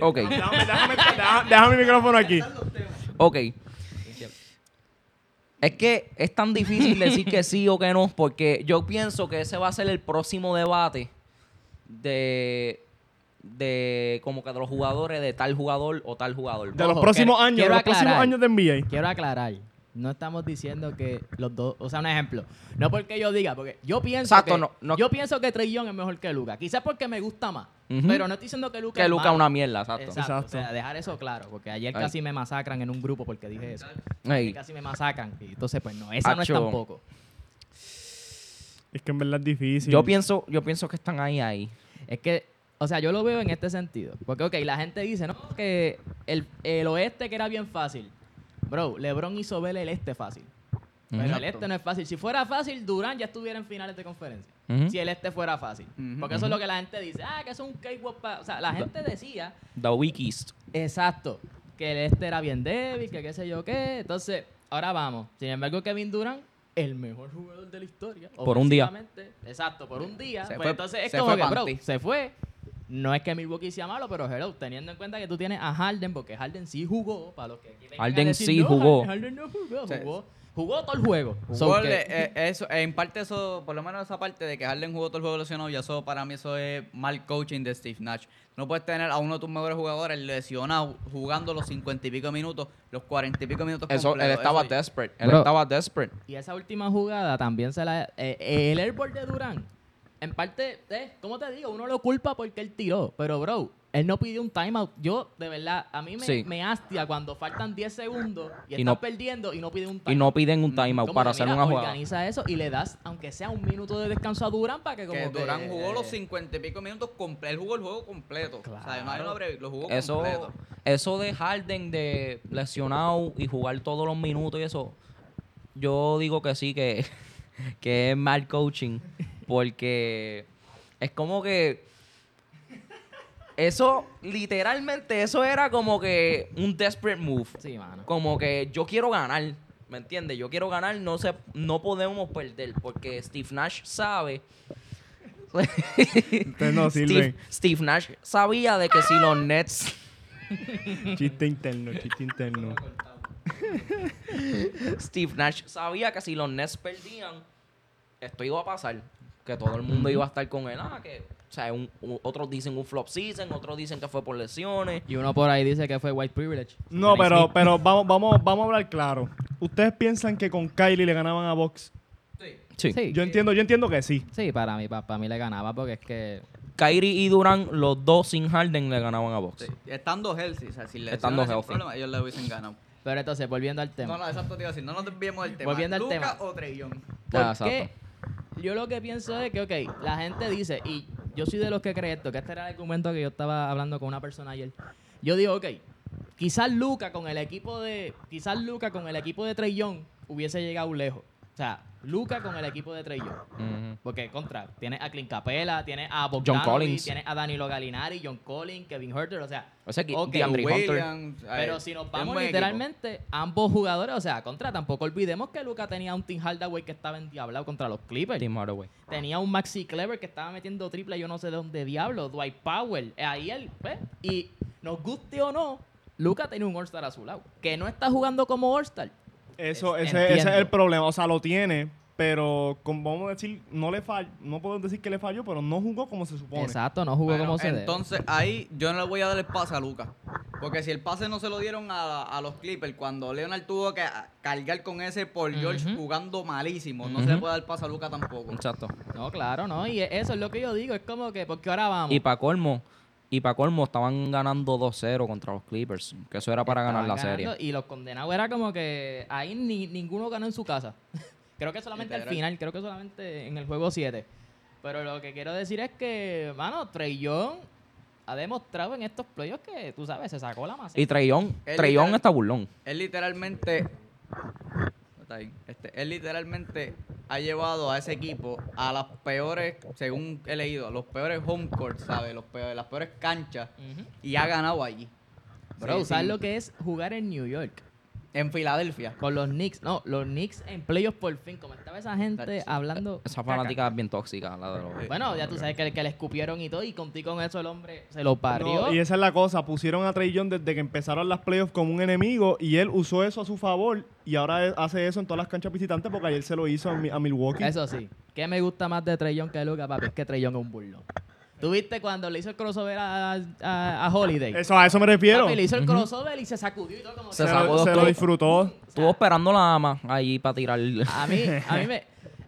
S1: ok,
S3: Déjame, déjame- déjame- déjame mi micrófono aquí.
S1: ok. Es que es tan difícil decir que sí o que no, porque yo pienso que ese va a ser el próximo debate de, de como que de los jugadores de tal jugador o tal jugador.
S3: De los
S4: Ojo,
S3: próximos
S4: quiero-
S3: años, de
S4: quiero
S3: los próximos
S4: aclarar.
S3: años de NBA.
S4: Quiero aclarar, no estamos diciendo que los dos, o sea, un ejemplo, no porque yo diga, porque yo pienso
S1: Exacto,
S4: que
S1: no- no-
S4: yo pienso que Trey Young es mejor que Luca, quizás porque me gusta más,
S1: Ujú.
S4: pero no estoy diciendo que Luca
S1: Que
S4: es
S1: Luca es una
S4: malo.
S1: mierda, exacto.
S4: Exacto,
S3: Exacto.
S4: o sea, dejar eso claro, porque ayer
S1: Ay.
S4: casi me masacran en un grupo porque dije eso.
S1: Ey.
S4: Casi me masacran y entonces pues no, esa no es
S1: Acho.
S4: tampoco.
S3: Es que en verdad es difícil.
S1: Yo pienso, yo pienso que están ahí ahí.
S4: Es que, o sea, yo lo veo en este sentido. Porque, ok, la gente dice, ¿no? Que el, el oeste que era bien fácil. Bro, LeBron hizo ver el este fácil. Pero el
S2: Exacto.
S4: este no es fácil. Si fuera fácil, Durán ya estuviera en finales de conferencia.
S1: Ujú.
S4: Si el este fuera fácil.
S2: Ujú.
S4: Porque eso es lo que la gente dice. Ah, que eso es un cakewalk. pa-". O sea, la gente decía
S1: The Weak East.
S4: Exacto. Que el este era bien débil, que qué sé yo qué. Entonces, ahora vamos. Sin embargo, Kevin Durant, el mejor jugador de la historia.
S1: Por un día.
S4: ofensivamente. Exacto, por un día.
S2: Se
S4: Pues
S2: fue-
S4: entonces es
S2: se
S4: como
S2: fue
S4: que,
S2: panty.
S4: bro, se fue. No es que Milwaukee sea malo, pero hello, teniendo en cuenta que tú tienes a Harden, porque Harden sí jugó, para los que aquí vengan a
S1: Harden
S4: decir,
S1: sí
S4: "No,
S1: jugó".
S4: Harden no jugó,
S2: Sí.
S4: jugó, jugó todo el juego. So
S2: Gol,
S4: que-
S2: eh, eh, eso, eh, en parte eso, por lo menos esa parte de que Harden jugó todo el juego lesionado, ya eso para mí eso es mal coaching de Steve Nash. No puedes tener a uno de tus mejores jugadores lesionado jugando los cincuenta y pico minutos, los cuarenta y pico minutos
S5: Eso, él
S2: completos,
S5: estaba
S2: eso-
S5: desperate. Él
S4: Bro.
S5: estaba desperate.
S4: Y esa última jugada también se la. eh, el airball de Durán, en parte, eh, ¿cómo te digo? Uno lo culpa porque él tiró. Pero, bro, él no pidió un timeout. Yo, de verdad, a mí me,
S1: Sí.
S4: me hastia cuando faltan 10 segundos y, estás
S1: no-
S4: perdiendo y no pide un timeout.
S1: Y no piden un
S4: Mm, Como
S1: timeout
S4: que,
S1: para hacer
S4: mira,
S1: una jugada.
S4: Organiza eso y le das, aunque sea un minuto de descanso a Durán para que como.
S2: Que
S4: que,
S2: Durán jugó
S4: eh,
S2: los cincuenta y pico minutos completos, él jugó el juego completo. O sea, no hay una
S4: Claro.
S2: breve, lo jugó
S1: Eso,
S2: completo.
S1: eso de Harden de lesionado y jugar todos los minutos y eso, yo digo que sí, que, que es mal coaching. Porque es como que. Eso, literalmente, eso era como que un desperate move.
S4: Sí, mano.
S1: Como que yo quiero ganar, ¿me entiendes? Yo quiero ganar, no, se, no podemos perder. Porque Steve Nash sabe.
S3: Ustedes no
S1: Steve,
S3: sirven.
S1: Steve Nash sabía de que si los Nets.
S3: Chiste interno, chiste interno.
S1: Steve Nash sabía que si los Nets perdían, esto iba a pasar. Que todo el mundo iba a estar con él. Ah, que, o sea, un- u- otros dicen un flop season, otros dicen que fue por lesiones.
S4: Y uno por ahí dice que fue white privilege.
S3: No,
S4: Dennis
S3: pero,
S4: Smith.
S3: pero vamos, vamos, vamos a hablar claro. ¿Ustedes piensan que con Kylie le ganaban a Box?
S1: Sí.
S4: Sí,
S3: Yo entiendo, yo entiendo que sí.
S4: sí, para mí, para, mí le ganaba porque es que.
S1: Kyrie y Durant, los dos sin Harden, le ganaban a Box.
S2: Sí. Estando healthy, o sea, si le
S1: Estando
S2: lesionan sin
S1: healthy.
S2: problema, ellos le hubiesen ganado.
S4: Pero entonces, volviendo al tema.
S2: No, no, exacto te iba a decir, no nos desviemos del tema.
S4: Volviendo al
S2: Luka
S4: tema.
S2: o Trey Young.
S5: Ah,
S4: Porque yo lo que pienso es que, ok, la gente dice, y yo soy de los que cree esto, que este era el argumento que yo estaba hablando con una persona ayer. Yo digo, ok, quizás Luca con el equipo de. Quizás Luca con el equipo de Trey Young hubiese llegado lejos. O sea, Luca con el equipo de Trey Young.
S1: Mm-hmm.
S4: Porque contra, tienes a Clint Capela, tienes a Bogdanovich,
S1: Collins.
S4: tienes a Danilo Gallinari, John Collins, Kevin Herter, o sea,
S1: O sea, que
S4: Ok,
S1: DeAndre Hunter.
S2: Williams, ay,
S4: pero si nos
S2: es
S4: vamos
S2: buen equipo.
S4: literalmente, ambos jugadores, o sea, contra, tampoco olvidemos que Luca tenía un Tim Hardaway que estaba endiablado contra los Clippers.
S1: Tim Hardaway.
S4: Tenía un Maxi Clever que estaba metiendo triple, yo no sé de dónde diablo, Dwight Powell, eh, ahí él, pues, y nos guste o no, Luca tenía un All-Star a su lado, que no está jugando como All-Star.
S3: Eso,
S4: Es-
S3: ese, ese es el
S4: entiendo.
S3: problema. O sea, lo tiene, pero con- vamos a decir, no le fall, no podemos decir que le falló, pero no jugó como se supone.
S4: Exacto, no jugó
S2: Bueno,
S4: como se debe.
S2: entonces ahí yo no le voy a dar el pase a Lucas. Porque si el pase no se lo dieron a, a los Clippers cuando Leonard tuvo que a- cargar con ese por George
S4: Ujú.
S2: jugando malísimo, no se le
S1: Ujú.
S2: puede dar pase a Lucas tampoco.
S1: Exacto.
S4: No, claro, no, y e- eso es lo que yo digo, es como que, porque ahora vamos.
S1: Y para colmo, y para colmo, estaban ganando 2-0 contra los Clippers. Que eso era para ganar la
S4: Estaban
S1: serie.
S4: ganando Y los condenados era como que ahí ni, ninguno ganó en su casa. creo que solamente al
S2: Literal.
S4: final, creo que solamente en el juego 7. Pero lo que quiero decir es que, mano, Trey Young ha demostrado en estos playoffs que, tú sabes, se sacó la masa.
S1: Y Treyón,
S2: Él
S1: Treyón
S2: literal-
S1: está burlón.
S2: Él literalmente. Está bien. Este, él literalmente ha llevado a ese equipo a las peores, según he leído, a los peores home courts, ¿sabes? Los peores, las peores canchas.
S4: Ujú.
S2: Y ha ganado allí.
S4: Bro,
S2: Sí,
S4: ¿sabes
S2: sí.
S4: lo que es jugar en New York?
S2: En Filadelfia.
S4: Con los Knicks. No, los Knicks en playoffs por fin. Como estaba esa gente
S2: Tacho.
S4: hablando.
S1: Esa
S4: caca.
S1: fanática es bien tóxica, la de los.
S4: Bueno, ya tú sabes que, que le escupieron y todo. Y contigo con eso el hombre se lo parió.
S3: No, y esa es la cosa, pusieron a Trey Young desde que empezaron las playoffs como un enemigo y él usó eso a su favor y ahora e- hace eso en todas las canchas visitantes porque ayer se lo hizo a, Mi- a Milwaukee.
S4: Eso sí. ¿Qué me gusta más de Trellón que Luca, papi? Es que Trellón es un burlón. ¿Tú viste cuando le hizo el crossover a, a, a Holiday?
S3: Eso, a eso me refiero.
S4: Papi, le
S3: Se
S4: hizo el crossover y se sacudió y todo como...
S1: Se
S4: que-
S1: sacó
S3: lo,
S1: dos
S3: se lo
S1: triples.
S3: disfrutó.
S1: Estuvo esperando la ama ahí para tirar.
S4: A mí, a mí me...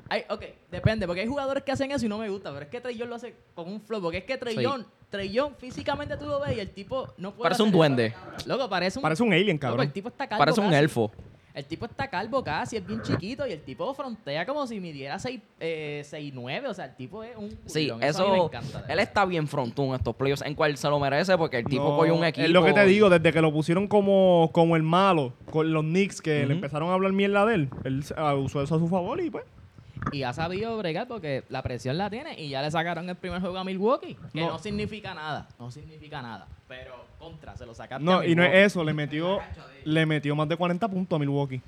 S4: Ay, ok, depende, porque hay jugadores que hacen eso y no me gusta, pero es que Trellón lo hace con un flow, porque es que Trellón, Trellón físicamente tú lo ves y el tipo no puede...
S1: Parece un
S4: hacer eso.
S1: duende.
S4: Loco, parece un...
S3: Parece un alien,
S4: Loco,
S3: cabrón.
S4: pues, el tipo está calvo
S1: Parece un
S4: casi.
S1: elfo.
S4: El tipo está calvo casi, es bien chiquito y el tipo frontea como si midiera 6'9". o sea, el tipo es un...
S1: Sí,
S4: culón. a mí me
S1: eso.
S4: encanta, de
S1: Él está bien frontón en estos playoffs, en cual se lo merece, porque el tipo
S3: No,
S1: cogió un equipo.
S3: Es lo que te digo, desde que lo pusieron como, como el malo con los Knicks, que
S1: Ujú.
S3: le empezaron a hablar mierda de él, él ah, usó eso a su favor y pues.
S4: Y ha sabido bregar porque la presión la tiene y ya le sacaron el primer juego a Milwaukee. Que no,
S3: No.
S4: significa nada. No significa nada. Pero contra, se lo sacaron.
S3: No, y no es eso, le metió, le metió más de 40 puntos a Milwaukee.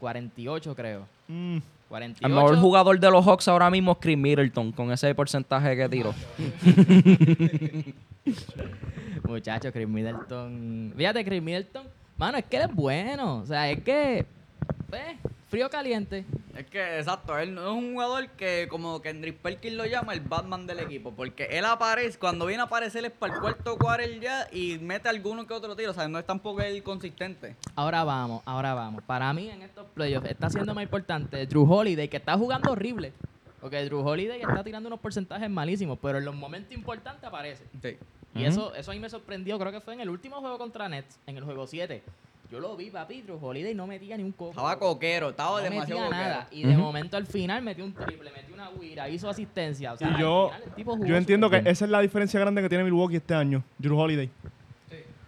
S4: 48, creo.
S3: Mm.
S4: 48.
S1: El mejor jugador de los Hawks ahora mismo es Chris Middleton, con ese porcentaje que tiró.
S4: Muchacho, Chris Middleton. Fíjate, Chris Middleton. Mano, es que él es bueno. O sea, es que. pues, frío caliente.
S2: Es que, exacto, él no es un jugador que, como Kendrick Perkins lo llama, el Batman del equipo. Porque él aparece, cuando viene a aparecer es para el cuarto quarter ya y mete alguno que otro tiro. O sea, no es tampoco él consistente.
S4: Ahora vamos, ahora vamos. Para mí en estos playoffs está siendo más importante Drew Holiday, que está jugando horrible. Porque Drew Holiday está tirando unos porcentajes malísimos, pero en los momentos importantes aparece.
S2: Sí.
S4: Y
S1: Ujú.
S4: eso, eso a mí me sorprendió, creo que fue en el último juego contra Nets, en el juego 7. Yo lo vi, papi, Drew Holiday no metía ni un coco.
S2: Estaba coquero, estaba
S4: no
S2: demasiado
S4: metía
S2: coquero.
S4: nada. Y de
S1: Ujú.
S4: momento al final metió un triple, metió una guira, hizo asistencia. O sea,
S3: Y
S4: al
S3: yo-
S4: final el tipo jugó
S3: Yo entiendo que
S4: superbién.
S3: esa es la diferencia grande que tiene Milwaukee este año, Drew Holiday.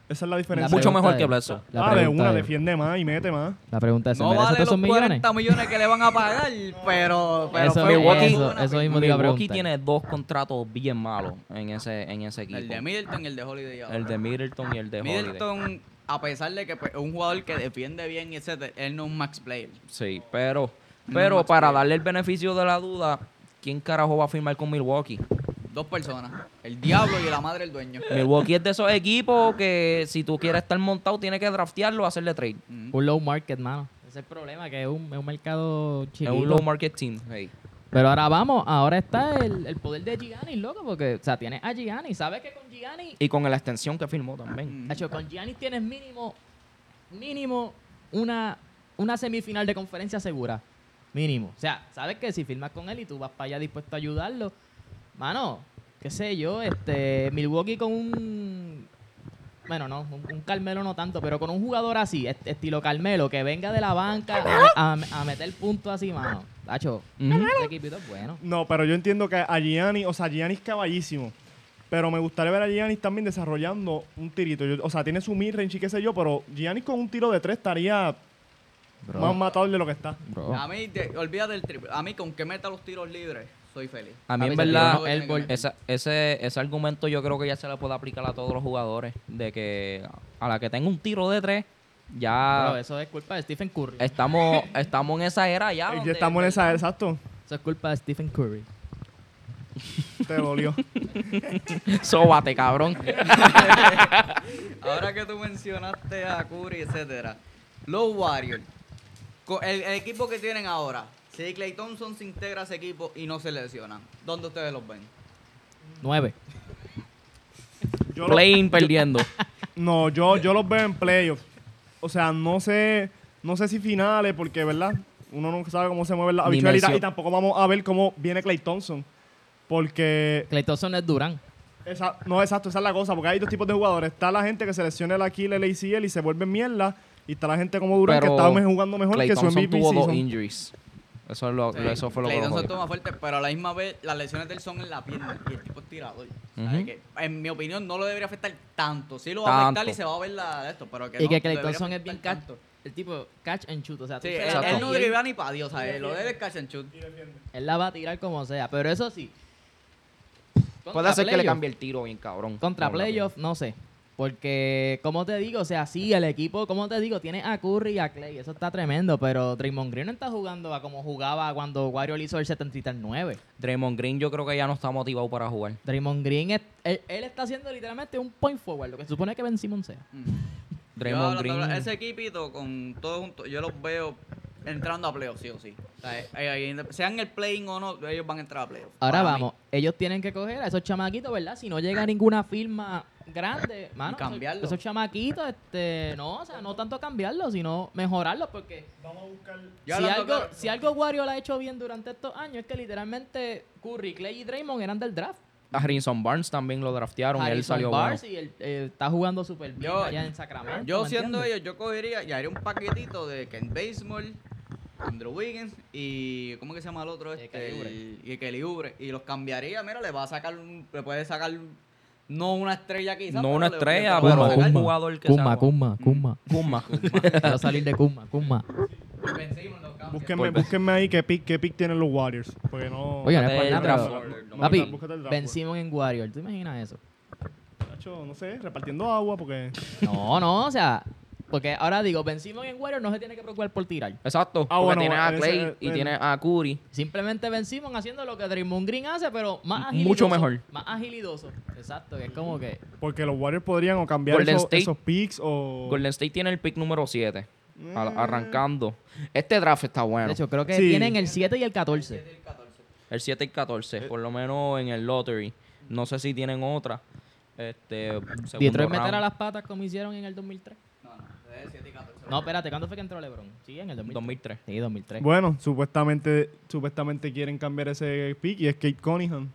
S3: Esa es la
S4: La
S3: diferencia.
S1: Mucho
S4: pregunta
S1: mejor
S4: es-
S1: que Bledsoe.
S4: la
S3: ah, de
S4: pregunta
S3: una,
S4: es-
S3: defiende más y mete más.
S4: La pregunta es, ¿se
S2: No
S4: merece
S2: vale los
S4: todos esos millones?
S2: 40 millones que le van a pagar, pero, pero
S4: Eso-
S2: fue
S1: Milwaukee-
S2: una
S4: eso-
S2: buena
S4: eso
S2: pick.
S4: mismo te iba a
S1: Milwaukee
S4: preguntar.
S1: tiene dos contratos bien malos en ese, en ese equipo.
S2: El de Middleton y el de Holiday. ahora.
S1: El de Middleton y el de Holiday.
S2: Middleton, a pesar de que pues, es un jugador que defiende bien, y etcétera, él no es un max player.
S1: Sí, pero,
S2: No,
S1: pero
S2: Max
S1: para
S2: Kleber.
S1: darle el beneficio de la duda, ¿quién carajo va a firmar con Milwaukee?
S2: Dos personas, el diablo y la madre del dueño.
S1: Milwaukee es de esos equipos que si tú quieres estar montado, tienes que draftearlo o hacerle trade.
S2: Mm.
S4: Un low market, mano. Ese es el problema, que es un, es un mercado chiquito.
S1: Es un low market team. hey.
S4: Pero ahora vamos, ahora está el, el poder de Gianni, loco, porque, o sea, tienes a Gianni, sabes que con Gianni,
S1: Y con la extensión que firmó también.
S2: Mm.
S4: Nacho, con Gianni tienes mínimo, mínimo una, una semifinal de conferencia segura, mínimo. O sea, sabes que si firmas con él y tú vas para allá dispuesto a ayudarlo, mano, qué sé yo, este, Milwaukee con un, bueno, no, un, un Carmelo no tanto, pero con un jugador así, est- estilo Carmelo, que venga de la banca a, a- a meter puntos así, mano. Tacho,
S1: Ujú.
S4: este equipito es bueno.
S3: No, pero yo entiendo que a Gianni, o sea, Gianni es caballísimo. Pero me gustaría ver a Gianni también desarrollando un tirito. Yo- o sea, tiene su midrange y qué sé yo, pero Gianni con un tiro de tres estaría más matable de lo que está.
S1: Oh.
S4: Bro.
S2: A mí, de- olvídate del triple. A mí, con que meta los tiros libres, soy feliz.
S1: A mí, en
S4: Papi, se
S1: verdad,
S4: tiró el gol.
S1: Esa- ese, ese argumento yo creo que ya se le puede aplicar a todos los jugadores. De que a la que tenga un tiro de tres,
S4: Bro,
S1: ya
S4: eso es culpa de Stephen Curry.
S1: estamos, estamos en esa era ya.
S3: Y
S1: donde-
S3: ya estamos en esa, exacto.
S4: Eso es culpa de Stephen Curry.
S3: Te dolió.
S1: Sóbate, cabrón.
S2: Ahora que tú mencionaste a Curry, etcétera, los Warriors, co- el, el equipo que tienen ahora, si Clay Thompson se integra a ese equipo y no se lesiona, ¿dónde ustedes los ven?
S4: Nueve.
S3: Yo lo-
S1: Playing perdiendo.
S3: no, yo, yo los veo en playoffs. O sea, no sé, no sé si finales, porque, ¿verdad? Uno nunca sabe cómo se mueve la
S1: Ni
S3: habichuela y ta-
S1: mencio-
S3: y tampoco vamos a ver cómo viene Clay Thompson. Porque
S4: Clay Thompson es Durán.
S3: Esa- no, exacto, esa es la cosa, porque hay dos tipos de jugadores. Está la gente que se lesiona el Aquiles, el ACL y se vuelve mierda. Y está la gente como Durán
S1: Pero
S3: que está me- jugando mejor
S1: Klay
S3: que su
S1: Thompson
S3: MVP
S1: tuvo dos
S3: season.
S1: injuries. Eso, es lo, Oh, eso fue lo
S2: Clay
S1: que lo
S2: Thompson
S1: jodió.
S2: toma fuerte, pero a la misma vez las lesiones del son en la pierna y el tipo es tirador. ¿sabes?
S1: Ujú.
S2: Que, en mi opinión no lo debería afectar tanto. Sí lo va a
S1: Tanto.
S2: afectar y se va a ver la de esto, pero que
S4: y
S2: no
S4: que Clay
S2: debería
S4: Thompson es
S2: afectar
S4: bien catch.
S2: tanto.
S4: El tipo catch and shoot. O sea, tú
S2: Sí,
S4: se la
S2: él,
S4: das
S2: él no
S4: y él,
S2: dribla ni pa' Dios, ¿sabes? Lo de él es catch and shoot.
S4: él la va a tirar como sea. Pero eso sí.
S1: Puede
S4: contra
S1: ser que le
S4: playoff-
S1: cambie el tiro bien cabrón.
S4: Contra
S1: Con la
S4: playoff, no sé. Porque, como te digo, o sea, sí, el equipo, como te digo, tiene a Curry y a Clay. Eso está tremendo. Pero Draymond Green no está jugando a como jugaba cuando Wario le hizo el 73-9.
S1: pierna. Draymond Green yo creo que ya no está motivado para jugar.
S4: Draymond Green, es- él, él está haciendo literalmente un point forward, lo que se supone que Ben Simmons sea.
S2: Mm.
S1: Draymond
S2: Yo, la-
S1: Green...
S2: la- Ese equipito con todos juntos, yo los veo entrando a playoffs, sí o sí. O sea, eh, eh, sean el playing o no, ellos van a entrar a playoffs.
S4: Ahora
S2: Para mí.
S4: vamos, ellos tienen que coger a esos chamaquitos, ¿verdad? Si no llega ninguna firma grande, mano, esos-
S2: cambiarlo.
S4: Esos, chamaquitos, este, no, o sea, no tanto cambiarlos, sino mejorarlos, porque si
S2: Yo hablando
S4: algo,
S2: claro,
S4: si algo Wario la ha hecho bien durante estos años es que literalmente Curry, Clay y Draymond eran del draft.
S1: A Harrison Barnes también lo draftearon y él
S4: Harrison
S1: salió
S4: Barnes
S1: bueno.
S4: y él, eh, está jugando súper bien
S2: Yo-
S4: allá en Sacramento.
S2: Yo
S4: ¿me
S2: siendo
S4: entiendes?
S2: ellos, yo cogería y haría un paquetito de Ken Baseball, Andrew Wiggins y ¿cómo que se llama el otro?
S4: Y
S2: Este,
S4: Kelly Oubre.
S2: el- y Kelly Oubre. Y los cambiaría, mira, le va a sacar, un- le puede sacar no una estrella quizás.
S1: No
S2: pero
S1: una
S2: le- le puede
S1: estrella,
S4: Kuzma,
S1: pero
S2: sacar-
S1: un
S4: Kuzma.
S1: jugador que
S4: Kumba,
S1: sea-
S4: Kumba, Kumba.
S1: Kumba.
S4: Quiero salir de Kumba, Kumba.
S2: Vencimos los cambios.
S3: Búsquenme,
S1: Pues,
S3: búsquenme ahí qué pick, qué pick tienen los Warriors. Porque no.
S4: Oye, no es
S1: Eh,
S4: por
S1: el
S4: nada,
S1: draft.
S4: pero-
S3: No,
S4: Papi,
S3: búscate el draft, pues.
S4: Ben Simon en Warrior, ¿tú imaginas eso?
S3: Nacho, no sé, repartiendo agua porque.
S4: No, no, o sea, porque ahora digo, Ben Simon en Warrior no se tiene que preocupar por tirar.
S1: Exacto.
S3: Ah,
S1: porque
S3: bueno,
S1: tiene a
S3: ese-
S1: Clay y
S3: bueno.
S1: tiene a Curry.
S4: Simplemente Ben Simon haciendo lo que Draymond Green hace, pero más
S1: M-
S4: agilidoso.
S1: mucho mejor.
S4: Más agilidoso. Exacto, que es como que...
S3: Porque los Warriors podrían o cambiar
S1: Golden
S3: esos,
S1: State.
S3: esos picks o.
S1: Golden State tiene el pick número 7.
S3: Mm.
S1: Arrancando. Este draft está bueno.
S4: De hecho, creo que
S3: Sí.
S4: tienen el 7 y el 14.
S1: El 7 y el
S3: Eh.
S1: 14, por lo menos en el lottery. No sé si tienen otra. Este, segundo
S4: Detroit meter
S1: round.
S4: a las patas como hicieron en el 2003.
S2: No, no, es 7 y 14.
S4: No, espérate, ¿cuándo fue que entró LeBron? Sí, en el 2003.
S1: 2003.
S4: Sí, 2003.
S3: Bueno, supuestamente, supuestamente quieren cambiar ese pick y es Kate Cunningham.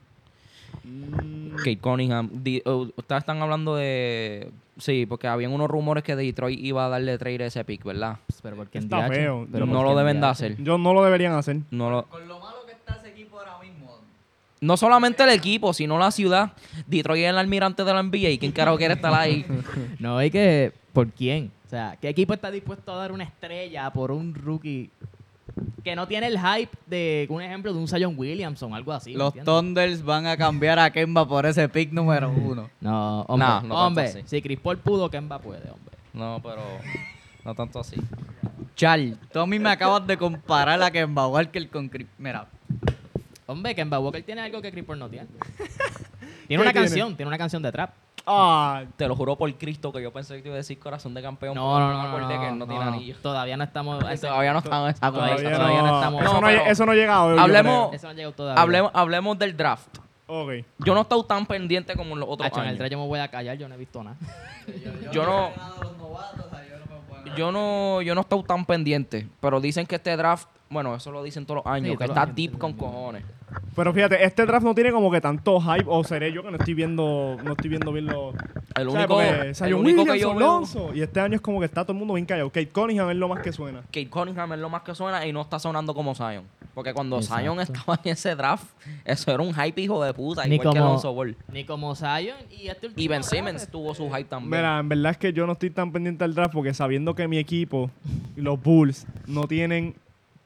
S3: Mm,
S1: Kate Cunningham. Di- oh, ustedes están hablando de... Sí, porque habían unos rumores que Detroit iba a darle trade a ese pick, ¿verdad?
S4: Pero porque en
S3: Está
S4: DH,
S3: feo.
S4: pero
S1: no
S4: porque
S1: lo
S4: en
S1: deben de
S4: DH.
S1: hacer.
S3: Yo no lo deberían hacer.
S1: No lo...
S2: Con lo malo que está ese equipo ahora mismo.
S1: No solamente el equipo, sino la ciudad. Detroit es el almirante de la NBA. ¿Y quién carajo quiere estar ahí?
S4: No, hay que... ¿Por quién? O sea, ¿qué equipo está dispuesto a dar una estrella por un rookie que no tiene el hype de, un ejemplo, de un Zion Williamson, algo así? ¿me
S2: Los
S4: entiendes?
S2: Thunders van a cambiar a Kemba por ese pick número uno.
S4: No, hombre,
S1: No, no tanto
S4: hombre,
S1: así.
S4: si Chris Paul pudo, Kemba puede, hombre.
S1: No, pero... No tanto así.
S2: Charles, tú a mí me acabas de comparar a Kemba Walker con Chris. Mira,
S4: Hombre, Kemba Walker tiene algo que Chris Paul no tiene.
S3: ¿Qué
S4: tiene una
S3: tiene?
S4: canción, tiene una canción de trap.
S3: Ah,
S1: Te lo juro por Cristo que yo pensé que te iba a decir corazón de campeón.
S4: No,
S1: pero
S4: no,
S1: me
S4: no,
S1: acordé
S4: no,
S1: que él no,
S4: no,
S1: tiene
S4: no.
S1: anillo. Este,
S4: Todavía no estamos... a ese-
S1: Todavía no estamos en esa
S4: Todavía
S1: conversación.
S4: no. estamos-
S3: Eso,
S1: No,
S3: no, ha-
S1: pero-
S3: eso no ha llegado. yo
S1: Hablemos-
S4: Eso no ha llegado todavía.
S1: Hablemos, hablemos del draft.
S3: creo. Ok.
S1: Yo no he estado tan pendiente como en los otros
S4: Hacho, en el
S1: años.
S4: tren yo me voy a callar, yo no he visto nada.
S1: Yo no, yo no, yo no he estado tan pendiente. Pero dicen que este draft, bueno, eso lo dicen todos los años,
S4: Sí,
S1: que
S4: todos
S1: está
S4: los años,
S1: deep
S4: todos
S1: con
S4: los años.
S1: cojones.
S3: Pero fíjate, este draft no tiene como que tanto hype. O seré yo que no estoy viendo, no estoy viendo bien los.
S1: El
S3: ¿sabes?
S1: único,
S3: Porque
S1: el
S3: salió
S1: único que
S3: Williams,
S1: yo veo,
S3: Alonso, Y este año es como que está todo el mundo bien callado. Kate Cunningham es lo más que suena.
S1: Kate Cunningham es lo más que suena y no está sonando como Zion. Porque cuando
S4: Exacto.
S1: Zion estaba en ese draft, eso era un hype hijo de puta,
S4: Ni
S1: igual que
S4: como-
S1: Alonso Ball.
S4: Ni como Zion y este último
S1: Y Ben
S4: draft,
S1: Simmons
S4: este,
S1: tuvo su hype también.
S3: Mira, en verdad es que yo no estoy tan pendiente del draft porque sabiendo que mi equipo, los Bulls, no tienen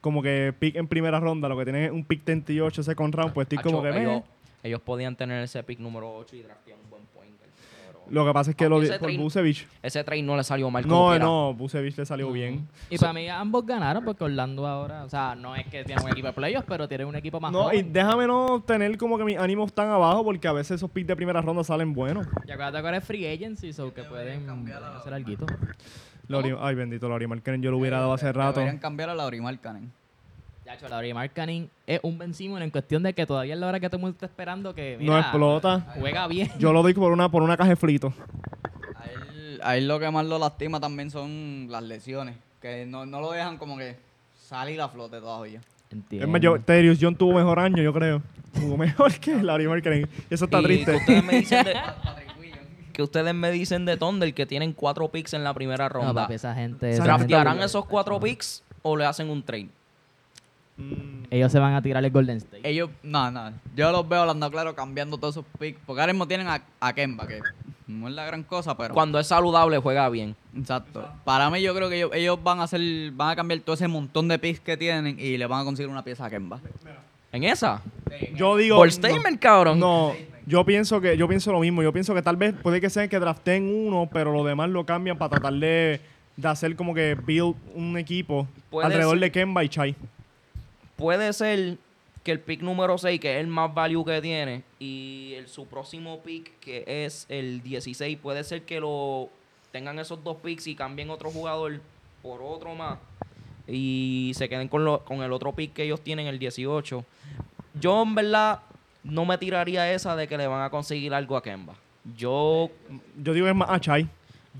S3: como que pick en primera ronda, lo que tienen es un pick 38 second round, pues estoy
S1: Hacho,
S3: como que...
S1: ellos,
S3: "Meh".
S1: ellos podían tener ese pick número 8 y draftear un buen point guard, pero
S3: Lo que pasa es que
S1: Aunque
S3: lo
S1: ese
S3: di- por
S1: trin-
S3: Busevich.
S1: Ese trade no le salió mal. como
S3: No, eh,
S1: quiera.
S3: no, Busevich le salió bien.
S4: Y para mí ambos ganaron porque Orlando ahora, o sea, no es que tiene un equipo de playoffs, pero tiene un equipo más
S3: No, y
S4: joven.
S3: déjame no tener como que mis ánimos tan abajo porque a veces esos picks de primera ronda salen buenos.
S4: Y acuérdate que ahora es free agency, so que pueden hacer algo.
S3: Lori- ay, bendito Lori Marquez, yo lo
S1: Eh,
S3: hubiera dado hace rato.
S2: Deberían cambiar a Laurimar Canen.
S4: Ya, hecho, la Mark Canning es un Ben Simon en cuestión de que todavía es la hora que todo el mundo está esperando que
S3: No
S4: mira,
S3: explota.
S4: Juega bien.
S3: Yo lo doy por una, por una caja de frito.
S2: A él, a él lo que más lo lastima también son las lesiones, que no, no lo dejan como que salir a flote todavía.
S4: Entiendo.
S3: Es más, yo, Terius John tuvo mejor año, yo creo. Tuvo mejor que Lori Marquez. Eso está
S1: Y Que
S3: triste.
S1: ustedes me dicen de, que ustedes me dicen de Thunder que tienen cuatro picks en la primera
S4: no,
S1: ronda.
S4: papi, esa gente. esa
S1: ¿Draftearán
S4: gente-
S1: esos cuatro picks o le hacen un trade?
S3: Mm.
S4: Ellos se van a tirar el Golden State.
S2: Ellos, no, no, yo los veo hablando claro, cambiando todos sus picks, porque ahora mismo tienen a, a Kemba, que no es la gran cosa, pero...
S1: Cuando es saludable juega bien.
S2: Exacto. Para mí yo creo que ellos, ellos van a hacer, van a cambiar todo ese montón de picks que tienen y le van a conseguir una pieza a Kemba.
S1: ¿En esa?
S3: Yo digo.
S1: Por
S3: no.
S1: statement, cabrón.
S3: No, yo pienso que yo pienso lo mismo. Yo pienso que tal vez puede que sea que draften uno, pero los demás lo cambian para tratar de, de hacer como que build un equipo
S1: Puede
S3: alrededor
S1: ser.
S3: de Kemba y Chai.
S1: Puede ser que el pick número 6, que es el más value que tiene, y el, su próximo pick, que es el 16, puede ser que lo tengan esos dos picks y cambien otro jugador por otro más y se queden con, lo- con el otro pick que ellos tienen, el 18. Yo en verdad no me tiraría esa de que le van a conseguir algo a Kemba. Yo
S3: Yo digo que es más a Chai.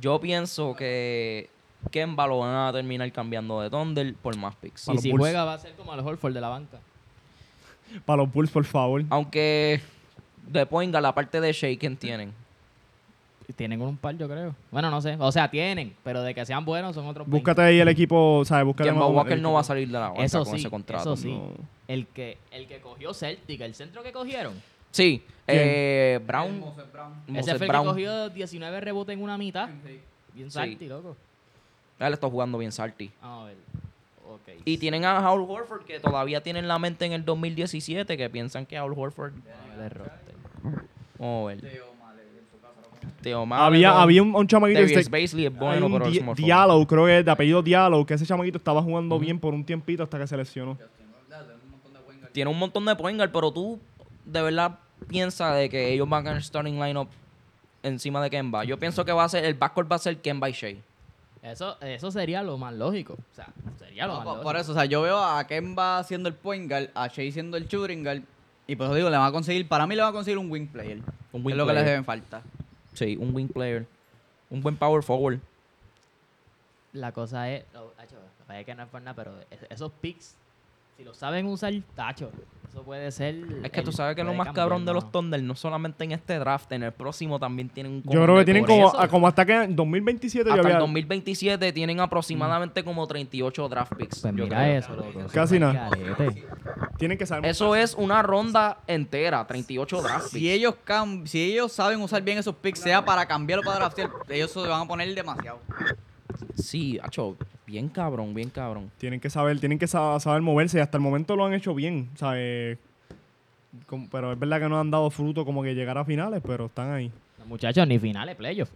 S1: Yo pienso que Kemba lo van a terminar cambiando de Thunder por más picks.
S3: Sí.
S4: y
S3: los
S4: si
S3: Bulls.
S4: juega, va a ser como al Holford de la banca.
S1: Ah,
S3: Para los Bulls, por favor.
S1: Aunque de point guard, la parte de Shea, ¿quién tienen?
S4: Tienen un par, yo creo. Bueno, no sé. O sea, tienen, pero de que sean buenos son otros 20.
S3: Búscate ahí el equipo, ¿sabes? Búscate
S1: Kemba
S3: más-
S1: Walker
S3: el
S1: no
S3: equipo.
S1: va a salir de la banca
S4: Eso
S1: con
S4: sí,
S1: ese contrato.
S4: eso sí.
S3: No.
S4: El que, el que cogió Celtic, el centro que cogieron.
S1: Sí, eh, Brown.
S2: Moses Brown.
S4: ese
S1: Moses
S4: fue el
S1: Brown.
S4: que cogió 19 rebotes en una mitad. Bien
S1: Sí.
S4: salty, loco.
S1: Él está jugando bien salty.
S4: Vamos a ver. Ok.
S1: Y tienen a Howard Horford que todavía tienen la mente en el 2017 que piensan que Howard Horford.
S4: Vamos a ver el roster.
S1: Vamos a ver.
S2: Teo Male, en su casa lo
S1: Tío, malo.
S3: Había, había un, un chamaquito
S1: Davis
S3: este-
S1: Bazley es
S3: hay
S1: bueno,
S3: un
S1: pero es
S3: Di-
S1: small forward.
S3: Diallo, creo que es de apellido Diallo, que ese chamaquito estaba jugando bien por un tiempito hasta que se lesionó.
S1: Tiene un montón de point guard, pero tú de verdad piensas de que ellos van a ganar starting lineup encima de Kemba. Yo pienso que va a ser el backcourt va a ser Kemba y Shea.
S4: Eso, eso sería lo más lógico. O sea, sería lo
S2: No,
S4: más
S2: por,
S4: lógico.
S2: por eso, o sea, yo veo a Kemba siendo el point guard, a Shea siendo el shooting guard, y por eso digo, le va a conseguir, para mí le va a conseguir un wing player.
S1: Un
S2: que
S1: wing
S2: es lo que les
S1: player.
S2: deben falta.
S1: Sí, un wing player. Un buen power forward.
S4: La cosa es, no, tacho, lo que pasa es que no es por nada, pero es- esos picks, si lo saben usar, tacho, eso puede ser.
S1: Es que tú
S4: el-
S1: sabes que lo
S4: puede
S1: más
S4: cambiar,
S1: cabrón de los
S4: mano.
S1: Thunder, no solamente en este draft, en el próximo también tienen un
S3: Yo
S1: cojón
S3: creo
S1: de
S3: que tienen
S1: cobre.
S3: como,
S4: eso.
S3: a- como hasta que en 2027 yo
S1: Hasta
S3: había-
S1: el 2027 tienen aproximadamente como 38 draft picks.
S4: Pues
S1: yo
S4: mira
S1: creo.
S4: eso, loco.
S3: Casi
S4: Eso es
S3: nada.
S4: garete.
S3: tienen que saber.
S1: Eso es una ronda entera, 38 draft
S2: Si
S1: picks.
S2: ellos, cam- si ellos saben usar bien esos picks, sea para cambiar o para draftear, ellos se van a poner demasiado.
S1: Sí, hacho, bien cabrón, bien cabrón.
S3: Tienen que saber, tienen que sa- saber moverse y hasta el momento lo han hecho bien, ¿sabes? Como- pero es verdad que no han dado fruto como que llegar a finales, pero están ahí.
S4: Los muchachos, ni finales, playoffs.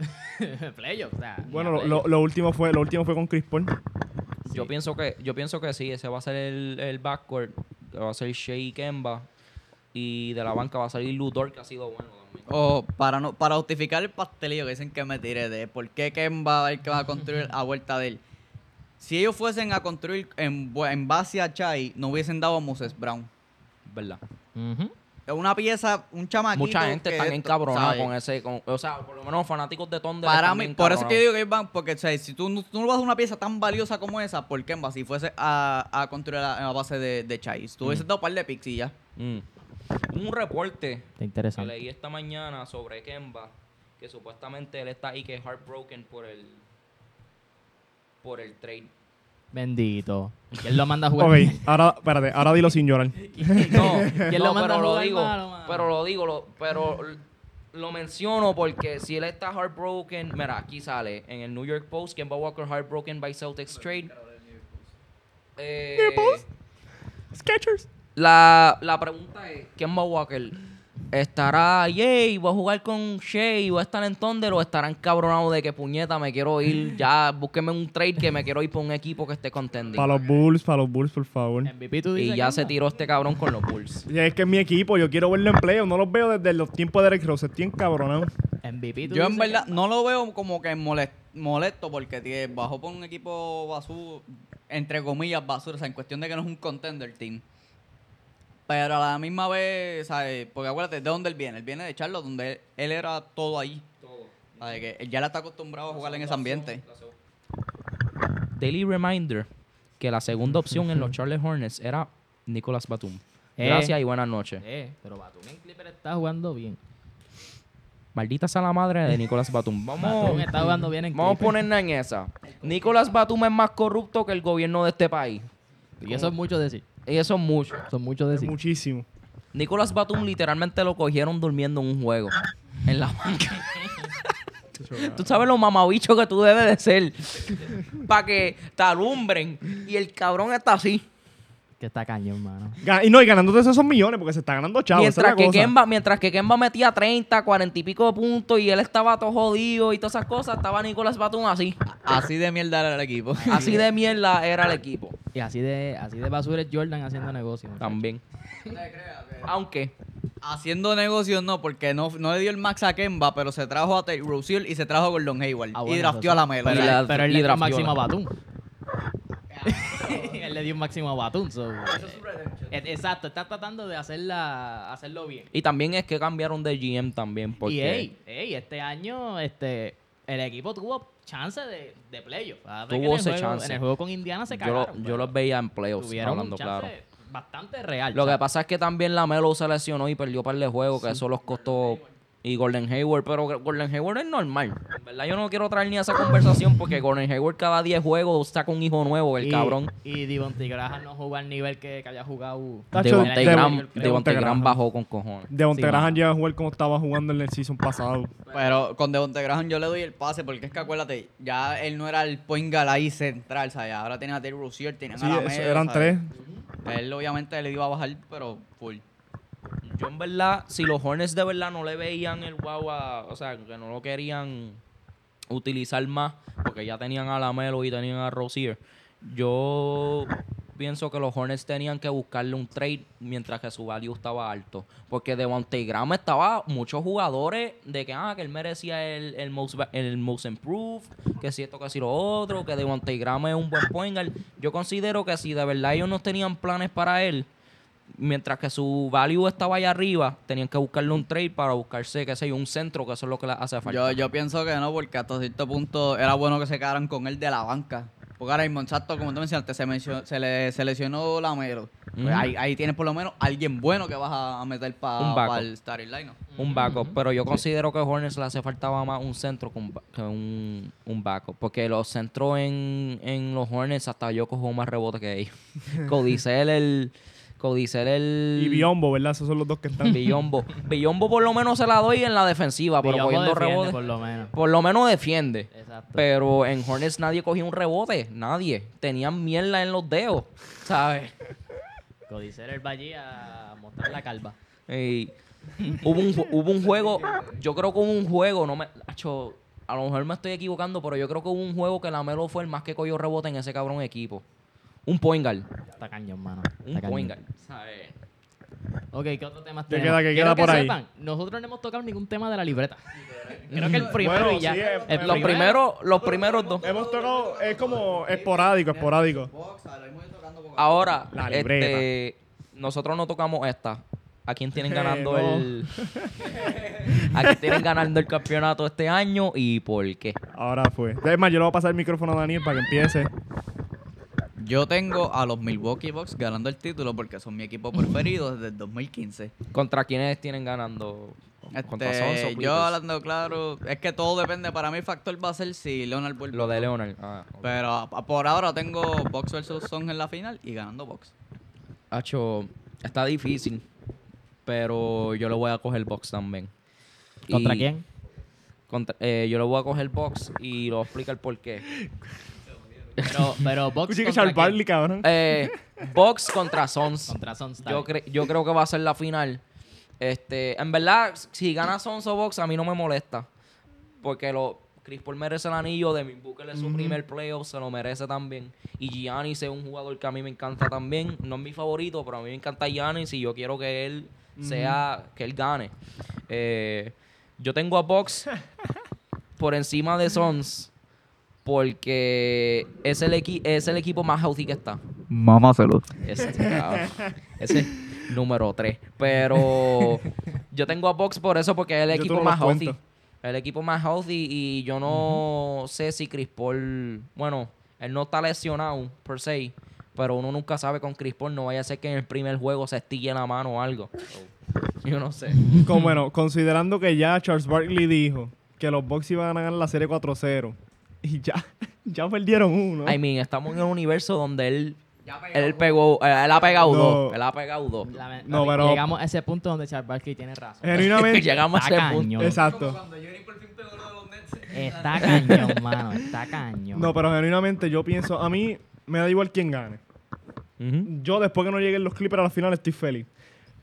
S4: playoffs, o sea. ni a
S3: Bueno, lo,
S4: playoffs.
S3: lo- lo último fue lo último fue con Chris Paul.
S1: Yo pienso que yo pienso que sí, ese va a ser el, el backcourt, que va a ser Shea y Kemba y de la banca va a salir Lou Dort, que ha sido bueno también.
S2: O para no, para justificar el pastelillo que dicen que me tiré de por qué Kemba el que va a construir a vuelta de él. Si ellos fuesen a construir en, bu- en base a Chai, no hubiesen dado a Moses Brown.
S1: ¿Verdad?
S4: Ujú.
S2: Es una pieza, un chamaquito.
S1: Mucha gente
S2: que
S1: está bien
S2: esto-
S1: cabronada
S2: ¿sabes?
S1: con ese con- o sea, por lo menos los fanáticos de Thunder
S2: Para
S1: están
S2: mí,
S1: bien
S2: por eso es que yo
S1: cabronados.
S2: digo que ellos van, porque o sea, si tú, no- tú no vas a dar una pieza tan valiosa como esa por Kemba, si fuese a, a construir a, a base de, de Chai, tú hubieses dado un par de picks y ya.
S1: Mm. un reporte
S4: Está
S1: que
S4: interesante.
S1: leí esta mañana sobre Kemba, que supuestamente él está ahí que es heartbroken por el por el trade.
S4: Bendito. ¿Quién lo manda a jugar?
S3: Ok, ahora, espérate, ahora dilo sin llorar.
S1: No,
S4: ¿Quién
S1: no,
S4: lo manda a
S1: pero lo
S4: jugar
S1: digo,
S4: malo, mano?
S1: pero lo digo, lo- pero l- lo menciono porque si él está heartbroken, mira, aquí sale en el New York Post, Kemba Walker heartbroken by Celtics trade. Eh,
S3: Sketchers.
S1: la, la pregunta es, ¿Kemba Walker estará, yay, voy a jugar con Shea, voy a estar en Thunder o estará encabronado de que puñeta, me quiero ir, ya, búsqueme un trade que me quiero ir por un equipo que esté contending?
S3: Para los Bulls, para los Bulls, por favor.
S4: MVP tú dices
S1: Y ya
S4: que
S1: se
S4: anda.
S1: tiró este cabrón con los Bulls.
S3: Y es que es mi equipo, yo quiero verlo en playoff, no los veo desde los tiempos de Eric Ross, estoy encabronado.
S4: MVP tú
S2: Yo en
S4: dices
S2: verdad
S4: que-
S2: no lo veo como que molest- molesto porque tie- bajó por un equipo basura, entre comillas basura, o sea, en cuestión de que no es un contender team. Pero a la misma vez, ¿sabes? Porque acuérdate, ¿de dónde él viene? Él viene de Charlotte, donde él, él era todo ahí. ¿Sabes? Que él ya la está acostumbrado a jugar en ese ambiente.
S1: Daily reminder que la segunda opción en los Charles Hornets era Nicolas Batum.
S4: Eh.
S1: Gracias y buenas noches.
S4: Eh, pero Batum en Clipper está jugando bien.
S1: Maldita sea la madre de Nicolas Batum. Vamos,
S4: Batum está jugando bien en
S1: vamos a
S4: Clipper.
S1: ponerla en esa. Nicolas Batum es más corrupto que el gobierno de este país.
S4: Y eso es mucho decir.
S1: Y eso es mucho.
S4: Son muchos decir.
S3: Muchísimo.
S1: Nicolas Batum literalmente lo cogieron durmiendo en un juego. En la banca. Tú sabes lo mamabicho que tú debes de ser. Para que te alumbren. Y el cabrón está así.
S4: Que está cañón, mano.
S3: Ga- Y no, y ganándote esos millones porque se está ganando chavo.
S1: mientras, que
S3: cosa.
S1: Kemba, mientras que Kemba metía 30, 40 y pico de puntos y él estaba todo jodido y todas esas cosas, estaba Nicolás Batum así.
S2: Así de mierda era el equipo.
S1: Así de mierda era el equipo
S4: Y así de, así de basura es Jordan haciendo negocio. muchacho.
S1: también. Aunque
S2: Haciendo negocios no, porque no, no le dio el max a Kemba, pero se trajo a Tate Rusill y se trajo a Gordon Hayward.
S4: Ah,
S2: y
S4: bueno,
S2: drafteó
S4: eso
S2: a la
S4: sí.
S2: mela.
S1: Y
S4: Pero,
S1: la-
S4: él- pero él le
S1: y
S4: dio un
S1: drafteó
S4: máximo a
S1: la-
S4: Batum. él le dio un máximo a Batum. so, eh, eh, exacto, está tratando de hacerla, hacerlo bien.
S1: y también es que cambiaron de GM también
S4: Y
S1: porque
S4: ey, ey, este año este, el equipo tuvo chance de, de playoff. Ah, fue
S1: Tuvo
S4: que en el
S1: ese
S4: juego-
S1: chance.
S4: En el juego con Indiana se
S1: yo, lo-
S4: cagaron.
S1: yo los veía en playoffs,
S4: tuvieron
S1: hablando
S4: un chance
S1: claro.
S4: bastante real.
S1: Lo que
S4: ¿sabes?
S1: pasa es que también la Melo se lesionó y perdió par de juegos, que eso los costó. Y Golden Hayward, pero Golden Hayward es normal. En verdad, yo no quiero traer ni a esa conversación porque Golden Hayward cada 10 juegos saca un hijo nuevo, el
S4: Y-
S1: cabrón.
S4: Y Devontae Graham no jugó al nivel que, que había jugado.
S3: Tacho,
S1: Devontae
S3: Devon-
S1: Graham,
S3: Devontae
S1: Devontae Graham
S3: Graham.
S1: bajó con cojones.
S3: Devontae
S4: Sí,
S3: Graham llega a jugar como estaba jugando en el season pasado.
S2: Pero con Devonte Graham yo le doy el pase porque es que acuérdate, ya él no era el point guard ahí central, ¿sabes? Ahora tiene a Terry Rozier, tiene
S3: Sí,
S2: a la
S3: eso
S2: media,
S3: eran
S2: ¿sabes?
S3: tres.
S2: Él obviamente le iba a bajar, pero full.
S1: Yo en verdad, si los Hornets de verdad no le veían el wow a- o sea, que no lo querían utilizar más, porque ya tenían a Lamelo y tenían a Rozier, yo pienso que los Hornets tenían que buscarle un trade mientras que su value estaba alto, porque de Graham estaba muchos jugadores de que, ah, que él merecía el, el, most, va- el most improved, que si esto, que si lo otro, que Devontae Graham es un buen point guard. Yo considero que si de verdad ellos no tenían planes para él, mientras que su value estaba allá arriba, tenían que buscarle un trade para buscarse, qué sé yo, un centro, que eso es lo que les hace falta.
S2: Yo, yo pienso que no, porque hasta cierto punto era bueno que se quedaran con él de la banca. Porque ahora mismo, exacto, como tú mencionaste, se, mencio- se, le, se lesionó Lamelo. Pues
S1: Ujú.
S2: ahí, ahí tienes por lo menos alguien bueno que vas a a meter para
S1: Un backup.
S2: el starting lineup.
S1: un backup, pero yo considero que Hornets le hace faltaba más un centro que un, ba- que un, un backup, porque los centros en, en los Hornets hasta yo cojo más rebote que ellos. Codicel el... Codicel el...
S3: Y Biombo, ¿verdad? Esos son los dos que están.
S1: Billombo. Billombo por lo menos se la doy en la defensiva, pero
S4: Villambo
S1: cogiendo
S4: defiende,
S1: rebote.
S4: por
S1: Por...
S4: lo menos.
S1: lo menos defiende.
S4: Exacto.
S1: Pero en Hornets nadie cogía un rebote, nadie. Tenían mierda en los dedos, ¿sabes?
S4: Codicer el Valle a mostrar la calva.
S1: Y hubo, un, ju- hubo un juego, yo creo que hubo un juego, no me, acho, a lo mejor me estoy equivocando, pero yo creo que hubo un juego que Lamelo fue el más que cogió rebote en ese cabrón equipo. Un point guard,
S4: Está cañón, mano.
S1: un
S4: Está cañón.
S1: point guard.
S4: Ok, ¿qué otro tema
S3: ¿Qué
S4: tenemos?
S3: queda- qué
S4: Quiero
S3: queda
S4: que
S3: por ahí?
S4: sepan, nosotros no hemos tocado ningún tema de la libreta. Creo que el primero
S3: Bueno,
S4: y ya.
S3: sí,
S4: el
S3: eh,
S1: Los
S3: Primero.
S1: primeros, los primeros dos.
S3: Hemos tocado, es como esporádico, esporádico.
S1: Ahora,
S3: La libreta.
S1: este, nosotros no tocamos esta. ¿A quién tienen
S3: Eh,
S1: ganando
S3: no.
S1: el ¿A quién tienen ganando el campeonato este año y por qué?
S3: Ahora fue. Es más, yo le voy a pasar el micrófono a Daniel para que empiece.
S2: Yo tengo a los Milwaukee Bucks ganando el título porque son mi equipo preferido desde el 2015.
S1: ¿Contra quiénes tienen ganando? ¿Contra
S2: Este,
S1: Suns o
S2: yo
S1: Clippers?
S2: hablando claro, es que todo depende. Para mí, el factor va a ser si Leonard vuelve.
S1: Lo de Leonard. Ah, ok.
S2: Pero a- a- por ahora tengo Box versus Song en la final y ganando Box.
S1: Hacho, está difícil, pero yo le voy a coger box también.
S4: ¿Contra
S1: Y-
S4: quién?
S1: contra- eh, yo le voy a coger box y lo voy a explicar por qué.
S4: Pero, pero Box
S3: Escuché que
S4: contra
S3: Charles
S4: quién?
S3: Barkley, cabrón.
S1: Eh, box contra Sons.
S4: Contra Suns, está
S1: Yo,
S4: bien.
S1: cre- yo creo que va a ser la final. Este, en verdad, si gana Sons o box, a mí no me molesta. Porque lo, Chris Paul merece el anillo, Devin Booker es su primer playoff, se lo merece también. Y Giannis es un jugador que a mí me encanta también. No es mi favorito, pero a mí me encanta Giannis y yo quiero que él sea, que él gane. Eh, yo tengo a Box por encima de Sons porque es el, equi- es el equipo más healthy que está.
S2: Mamá salud.
S1: Ese, cabrón. Ese es número 3. Pero yo tengo a Box por eso, porque es el
S3: Yo
S1: equipo
S3: tengo
S1: más
S3: los
S1: healthy.
S3: cuentos.
S1: El equipo más healthy y yo no sé si Chris Paul... Bueno, él no está lesionado, per se. Pero uno nunca sabe con Chris Paul. No vaya a ser que en el primer juego se estille la mano o algo. Yo no sé.
S3: Con- bueno, considerando que ya Charles Barkley dijo que los Bucks iban a ganar la serie 4-0 y ya, ya perdieron uno.
S1: I mean, estamos en un universo donde él... Él pegó... Él ha pegado
S3: No.
S1: dos. Él ha pegado dos.
S4: La-
S3: No,
S4: la-
S3: pero- Eh.
S4: Llegamos a ese punto donde Charles Barkley tiene razón.
S3: Genuinamente.
S1: Llegamos a
S4: Está
S1: ese punto.
S4: cañón.
S3: exacto.
S4: Está cañón, mano. Está cañón.
S3: No, pero genuinamente yo pienso, a mí me da igual quién gane.
S1: Ujú.
S3: Yo después que no lleguen los Clippers a la final estoy feliz.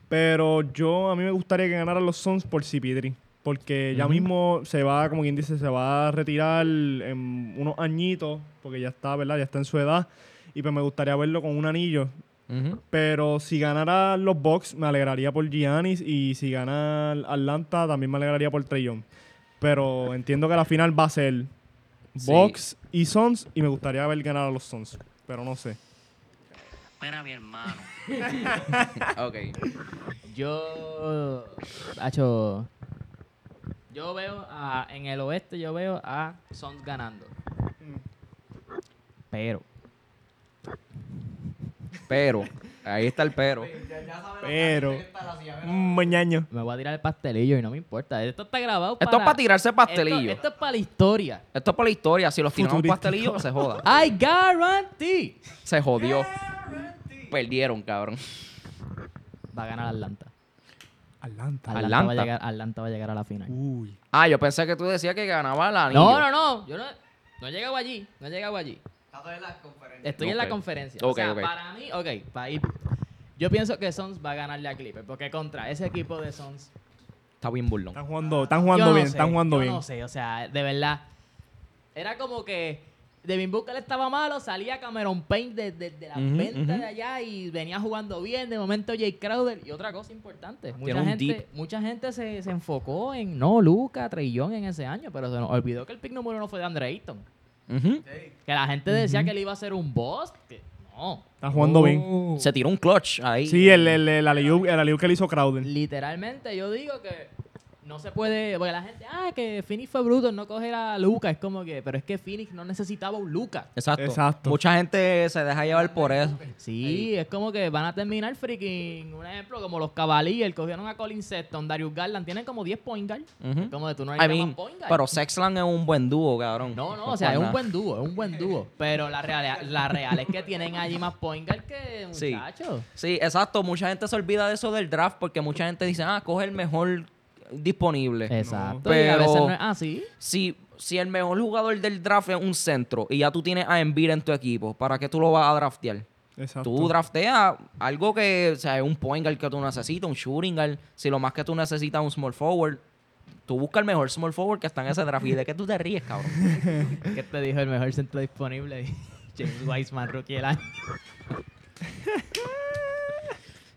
S3: Pero yo a mí me gustaría que ganaran los Suns por CP3. Porque ya mismo se va, como quien dice, se va a retirar en unos añitos. Porque ya está, ¿verdad? Ya está en su edad. Y pues me gustaría verlo con un anillo.
S1: Ujú.
S3: Pero si ganara los Bucks, me alegraría por Giannis. Y si gana Atlanta, también me alegraría por Trey Young. Pero entiendo que la final va a ser
S1: Sí.
S3: Bucks y Suns. Y me gustaría ver ganar a los Suns. Pero no sé.
S1: Mira, mi hermano. ok.
S4: Yo. Hacho. Yo veo a- en el oeste, yo veo a Suns ganando. Pero.
S1: Pero,
S2: Ahí está el pero.
S3: Pero. mm, buen ñaño.
S4: Me voy a tirar el pastelillo y no me importa. Esto está grabado
S1: Esto es para tirarse
S4: Esto,
S1: pastelillo. Esto,
S4: esto es para la historia.
S1: es para la historia. Si los tiramos
S3: Futurístico.
S1: pastelillo, que se joda.
S4: I guarantee.
S1: Se jodió. Perdieron, cabrón.
S4: Va a ganar Atlanta.
S3: Atlanta.
S4: Atlanta,
S1: Atlanta.
S4: Va, a llegar, Atlanta va a llegar a la final.
S3: Uy.
S1: Ah, yo pensé que tú decías que ganaba la
S4: No, no, no. Yo no, no he llegado allí. No he llegado allí. Estoy en la
S1: Ok.
S4: conferencia.
S1: Ok,
S4: o sea,
S1: ok.
S4: para mí, ok, para ir. Yo pienso que Sons va a ganarle a Clippers. Porque contra ese equipo de Sons.
S1: Está bien burlón.
S3: Están jugando, están
S4: yo
S3: jugando
S4: no
S3: bien,
S4: sé,
S3: están jugando
S4: yo
S3: bien.
S4: No sé, o sea, de verdad. Era como que. Devin Booker estaba malo, salía Cameron Payne desde de, la
S1: Ujú,
S4: venta
S1: ujú.
S4: de allá y venía jugando bien. De momento Jay Crowder. Y otra cosa importante, mucha
S1: un
S4: gente,
S1: deep.
S4: mucha gente se, se enfocó en no Luca, Trillón en ese año, pero se nos olvidó que el pick número uno fue de Andre Ayton.
S1: Ujú.
S4: Que la gente decía que él iba a ser un boss. Que no.
S3: Están jugando bien.
S1: Uh. Se tiró un clutch ahí.
S3: Sí, el, el, el, alley-oop- el alley-oop que le hizo Crowden.
S4: Literalmente yo digo que no se puede. Porque la gente, ah, que Phoenix fue bruto en no coger a Luca. Es como que, pero es que Phoenix no necesitaba un Luca.
S1: Exacto.
S3: Exacto.
S1: Mucha gente se deja llevar por eso.
S4: Sí, es como que van a terminar freaking. Un ejemplo, como los Cavaliers cogieron a Colin Sexton, Darius Garland, tienen como 10 point guard.
S1: Ujú.
S4: Es Como de tú no
S1: I
S4: eres
S1: mean,
S4: point guard.
S1: pero Sexland es un buen dúo, cabrón.
S4: No, no,
S1: Por
S4: o sea, es un
S1: nada.
S4: buen dúo, es un buen dúo. Pero la real, la real es que tienen allí más point guard que
S1: Sí.
S4: muchachos.
S1: Sí, exacto. Mucha gente se olvida de eso del draft porque mucha gente dice, ah, coge el mejor
S4: Eh,
S1: disponible.
S4: Exacto.
S1: No.
S4: y a veces
S1: Pero-
S4: no es así.
S1: Si, si el mejor jugador del draft es un centro y ya tú tienes a Embiid en tu equipo, ¿para qué tú lo vas a draftear?
S3: Exacto.
S1: Tú drafteas algo que, o sea, es un point guard que tú necesitas, un shooting guard. Si lo más que tú necesitas es un small forward, tú buscas el mejor small forward que está en ese draft. ¿Y de qué tú te ríes, cabrón?
S4: ¿Qué te dijo el mejor centro disponible? James Wiseman, rookie del año.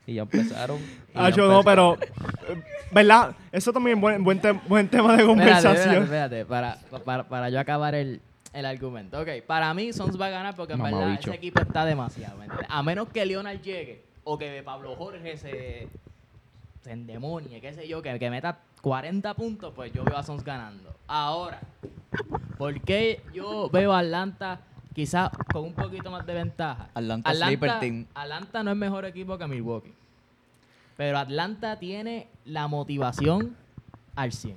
S1: Y ya empezaron. y ya
S3: Ah, yo no,
S1: empezaron.
S3: pero. eh, ¿Verdad? Eso también es buen, buen, te- buen tema de
S4: Espérate,
S3: conversación.
S4: espérate, espérate, para, para, para yo acabar el, el argumento. Ok, para mí Sons va a ganar porque en verdad
S1: Mamabicho.
S4: ese equipo está demasiado. ¿me entiendes? A menos que Leonard llegue o que Pablo Jorge se, se endemonie, qué sé yo, que, que meta 40 puntos, pues yo veo a Sons ganando. Ahora, ¿por qué yo veo a Atlanta quizás con un poquito más de ventaja?
S2: Atlanta Sleeper Team.
S4: Atlanta no es mejor equipo que Milwaukee. Pero Atlanta tiene la motivación al 100.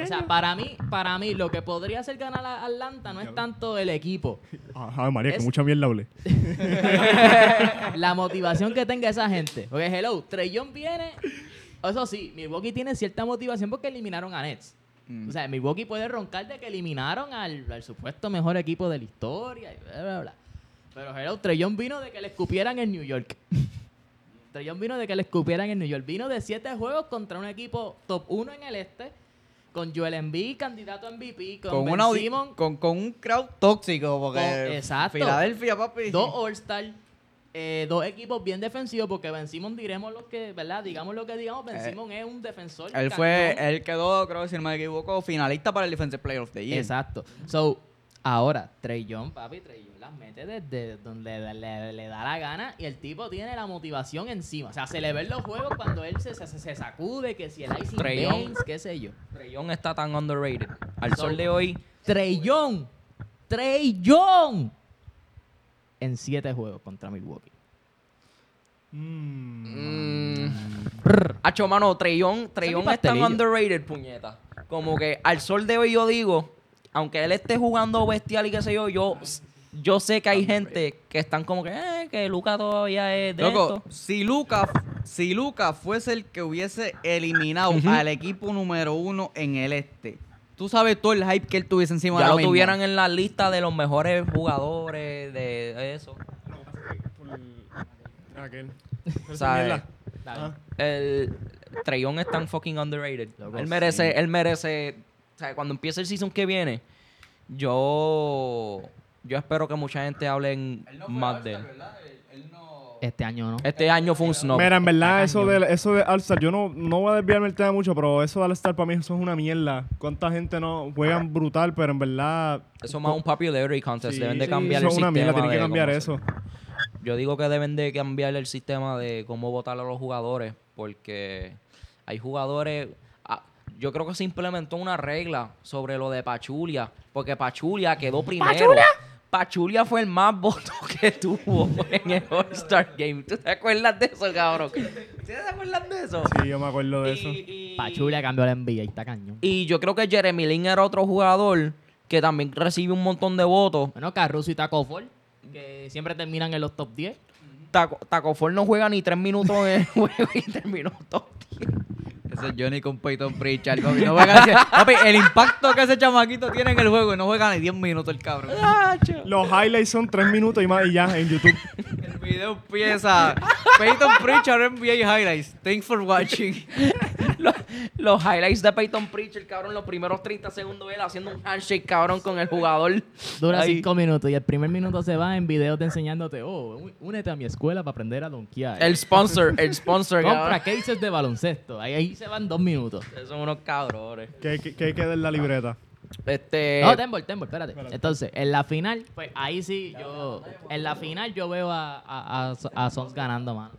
S4: O sea, para mí, para mí, lo que podría hacer ganar a Atlanta no es tanto el equipo.
S3: Ajá, María, que
S4: Es-
S3: mucha mierda hablé.
S4: La motivación que tenga esa gente. Porque, hello, Trellón viene. Eso sí, Milwaukee tiene cierta motivación porque eliminaron a Nets.
S2: Mm.
S4: O sea, Milwaukee puede roncar de que eliminaron al, al supuesto mejor equipo de la historia y bla, bla, bla. Pero hello, Trellón vino de que le escupieran en New York. Trellón vino de que le escupieran en New York. Vino de siete juegos contra un equipo top 1 en el este, con Joel Embiid, candidato a MVP, con,
S2: con,
S4: Ben
S2: una audi-
S4: Simmons,
S2: con, con un crowd tóxico, porque
S4: Con- exacto.
S2: Filadelfia, papi.
S4: dos All-Star, eh, dos equipos bien defensivos, porque Ben Simmons diremos lo que, ¿verdad? Digamos lo que digamos, Ben
S2: Eh,
S4: Simmons es un defensor.
S2: Él fue, eh,
S4: cañón.
S2: él quedó, creo que si no me equivoco, finalista para el Defensive Player of the Year.
S4: Exacto. So, ahora, Trey Young, papi, Trey Young las mete desde donde le, le- le da la gana y el tipo tiene la motivación encima. O sea, se le ven los juegos cuando él se, se, se sacude, que si el Ice
S1: Trae Young.
S4: Veins, qué sé yo.
S1: Trae Young está tan underrated. Al sol de hoy,
S4: Trey Young, Trey Young, en siete juegos contra Milwaukee.
S1: Mm.
S3: Mm.
S1: Hacho, mano, Treyón, Treyón es tan
S4: pastelillo.
S1: underrated, puñeta. Como que al sol de hoy yo digo, aunque él esté jugando bestial y qué sé yo, yo, yo sé que hay gente que están como que, eh, que Luca todavía es de
S2: Loco,
S1: esto.
S2: si Luca, si Luca fuese el que hubiese eliminado al equipo número uno en el este, tú sabes todo el hype que él tuviese encima
S1: Ya
S2: de
S1: lo tuvieran en la lista de los mejores jugadores de eso.
S3: Aquel.
S1: ¿Sabes?
S3: Mierda.
S4: Dale.
S3: Ah.
S1: El Treyón es tan fucking underrated.
S4: Loco,
S1: él merece,
S4: sí.
S1: él merece. O sea, cuando empiece el season que viene, yo. Yo espero que mucha gente hable en- más de él.
S4: Este año no.
S1: Este año fue un snob.
S3: Mira, en verdad,
S4: Ay,
S3: eso
S4: Dios.
S3: de, eso de All-Star, yo no, no voy a desviarme el tema mucho, pero eso de All-Star para mí eso es una mierda. ¿Cuánta gente no juegan brutal, pero en verdad.
S1: Eso más un popularity contest.
S3: sí,
S1: deben de
S3: sí,
S1: cambiar
S3: eso
S1: el
S3: es
S1: sistema.
S3: una mierda, tienen que
S1: de cómo
S3: cambiar
S1: hacer.
S3: eso.
S1: Yo digo que deben de cambiar el sistema de cómo votar a los jugadores. Porque hay jugadores. ah, Yo creo que se implementó una regla sobre lo de Pachulia. Porque Pachulia quedó primero. Pachulia fue el más votos que tuvo en el All-Star Game. ¿Tú te acuerdas de eso, cabrón? ¿Tú te acuerdas de eso?
S3: Sí, yo me acuerdo de eso.
S1: Y- y-
S4: Pachulia cambió la NBA y está cañón.
S1: Y yo creo que Jeremy Lin era otro jugador que también recibe un montón de votos.
S4: Bueno, Caruso y Taco Fall, que siempre terminan en los top 10.
S1: Taco, Taco Ford no juega ni tres minutos en el juego y terminó top
S2: Ese es Johnny con Peyton Pritchard. Papi, no juega ni- papi, el impacto que ese chamaquito tiene en el juego y no juega ni 10 minutos el cabrón.
S1: 10.
S3: Los highlights son tres minutos y más y ya en YouTube.
S2: El video empieza. Peyton Pritchard NBA Highlights. Thanks for watching.
S1: los, los highlights de Peyton Pritchard, cabrón, los primeros 30 segundos él haciendo un handshake, cabrón, con el jugador.
S4: Dura
S1: Ahí.
S4: 5 minutos y el primer minuto se va en videos de enseñándote, oh, ú- únete a mi escuela para aprender a donkear.
S1: El sponsor, el sponsor, cabrón.
S4: Compra cases de baloncesto. Ahí, ahí se van dos minutos.
S1: Ustedes Son unos cabrones.
S3: ¿Qué, qué, qué queda en la libreta?
S1: Este.
S4: No, Tembol, Tembol, espérate. Entonces, en la final, Eh, pues ahí sí yo... En la final yo veo a, a, a- a Suns ganando, mano.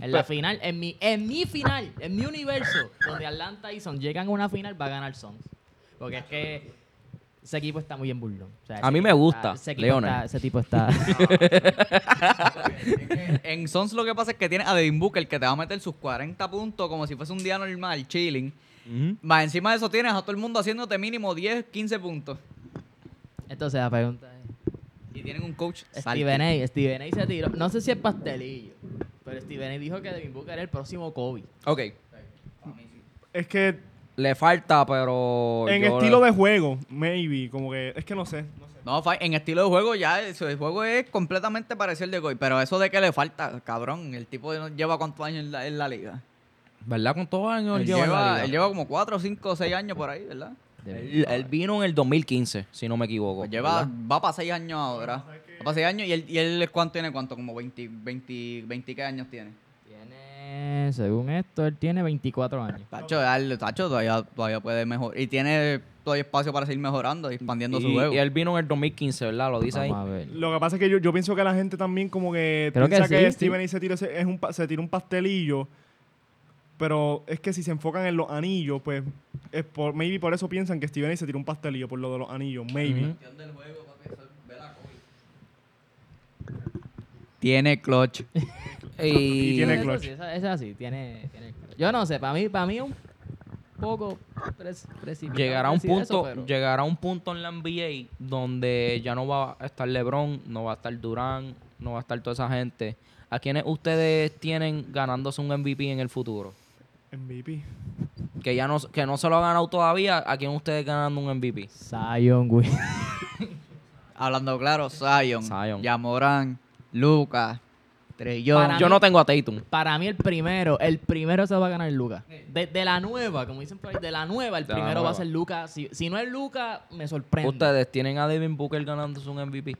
S4: En la final, en mi, en mi final, en mi universo, donde Atlanta y Suns llegan a una final, va a ganar Suns. Porque es que ese equipo está muy bien burlón. O sea, ese
S1: A mí me
S4: equipo
S1: gusta,
S4: ese equipo
S1: Leonard.
S4: está- ese tipo está...
S2: En Sons lo que pasa es que tiene a Devin Booker que te va a meter sus 40 puntos como si fuese un día normal, chilling. Más encima de eso tienes a todo el mundo haciéndote mínimo 10, 15 puntos.
S4: Entonces la pregunta es...
S2: Y tienen un coach.
S4: Steven A. Steven A se tiró. No sé si es pastelillo, pero Steven A dijo que Devin Booker era el próximo Kobe.
S1: Ok.
S3: Es que
S1: Le falta, pero.
S3: en
S1: yo-
S3: estilo de juego, maybe, como que es que no sé. no sé.
S2: No, fa- en estilo de juego ya, eso, el juego es completamente parecido al de Goy, pero eso de que le falta, cabrón, el tipo no lleva cuántos años en la, en la liga.
S1: ¿Verdad? Con todos los años
S2: Él
S1: él lleva
S2: lleva,
S1: en la liga.
S2: él lleva como 4, 5, 6 años por ahí, ¿verdad?
S1: Él- él vino en el 2015, si no me equivoco.
S2: Pues lleva,
S1: ¿verdad?
S2: va para 6 años ahora. Va para 6 años y él, y él ¿cuánto tiene? ¿Cuánto? Como 20, 20, 20 ¿qué años tiene?
S4: Tiene, según esto, él tiene 24 años.
S2: Tacho, dale, Tacho todavía, todavía puede mejorar. Y tiene todavía espacio para seguir mejorando, y expandiendo su
S1: Y-
S2: juego.
S1: Y él vino en el 2015, ¿verdad? Lo dice ahí.
S4: Vamos a ver.
S3: Lo que pasa es que yo, yo pienso que la gente también como que
S4: Creo que
S3: piensa
S4: sí,
S3: que,
S4: sí.
S3: Steven A se tira, ese- es un, pa- se tira un pastelillo, pero es que si se enfocan en los anillos, pues es por, maybe por eso piensan que Steven A se tira un pastelillo por lo de los anillos, maybe.
S1: Ujú.
S2: Tiene clutch.
S1: Y,
S3: Y tiene
S4: Eso
S3: clutch.
S4: sí, esa- esa sí, tiene, tiene clutch. Yo no sé, para mí, para mí es un poco pres- precipitado
S1: llegará un
S4: decir
S1: punto,
S4: eso, pero-
S1: llegará un punto en la NBA donde ya no va a estar LeBron, no va a estar Durán, no va a estar toda esa gente. ¿A quiénes ustedes tienen ganándose un MVP en el futuro?
S3: MVP.
S1: Que ya no que no se lo ha ganado todavía, ¿a quién ustedes ganando un MVP?
S4: Zion, güey.
S2: Hablando claro, Zion,
S1: Zion.
S2: Yamorán, Lucas, Trellón.
S4: Para
S1: Yo
S4: mí-
S1: no tengo a Tatum.
S4: Para mí el primero, el primero se va a ganar Luca. De, de la nueva, como dicen por ahí, de la nueva, el
S1: De la
S4: primero
S1: nueva.
S4: va a ser Luca. Si, si no es Luca, me sorprende.
S1: Ustedes tienen a Devin Booker ganándose un MVP.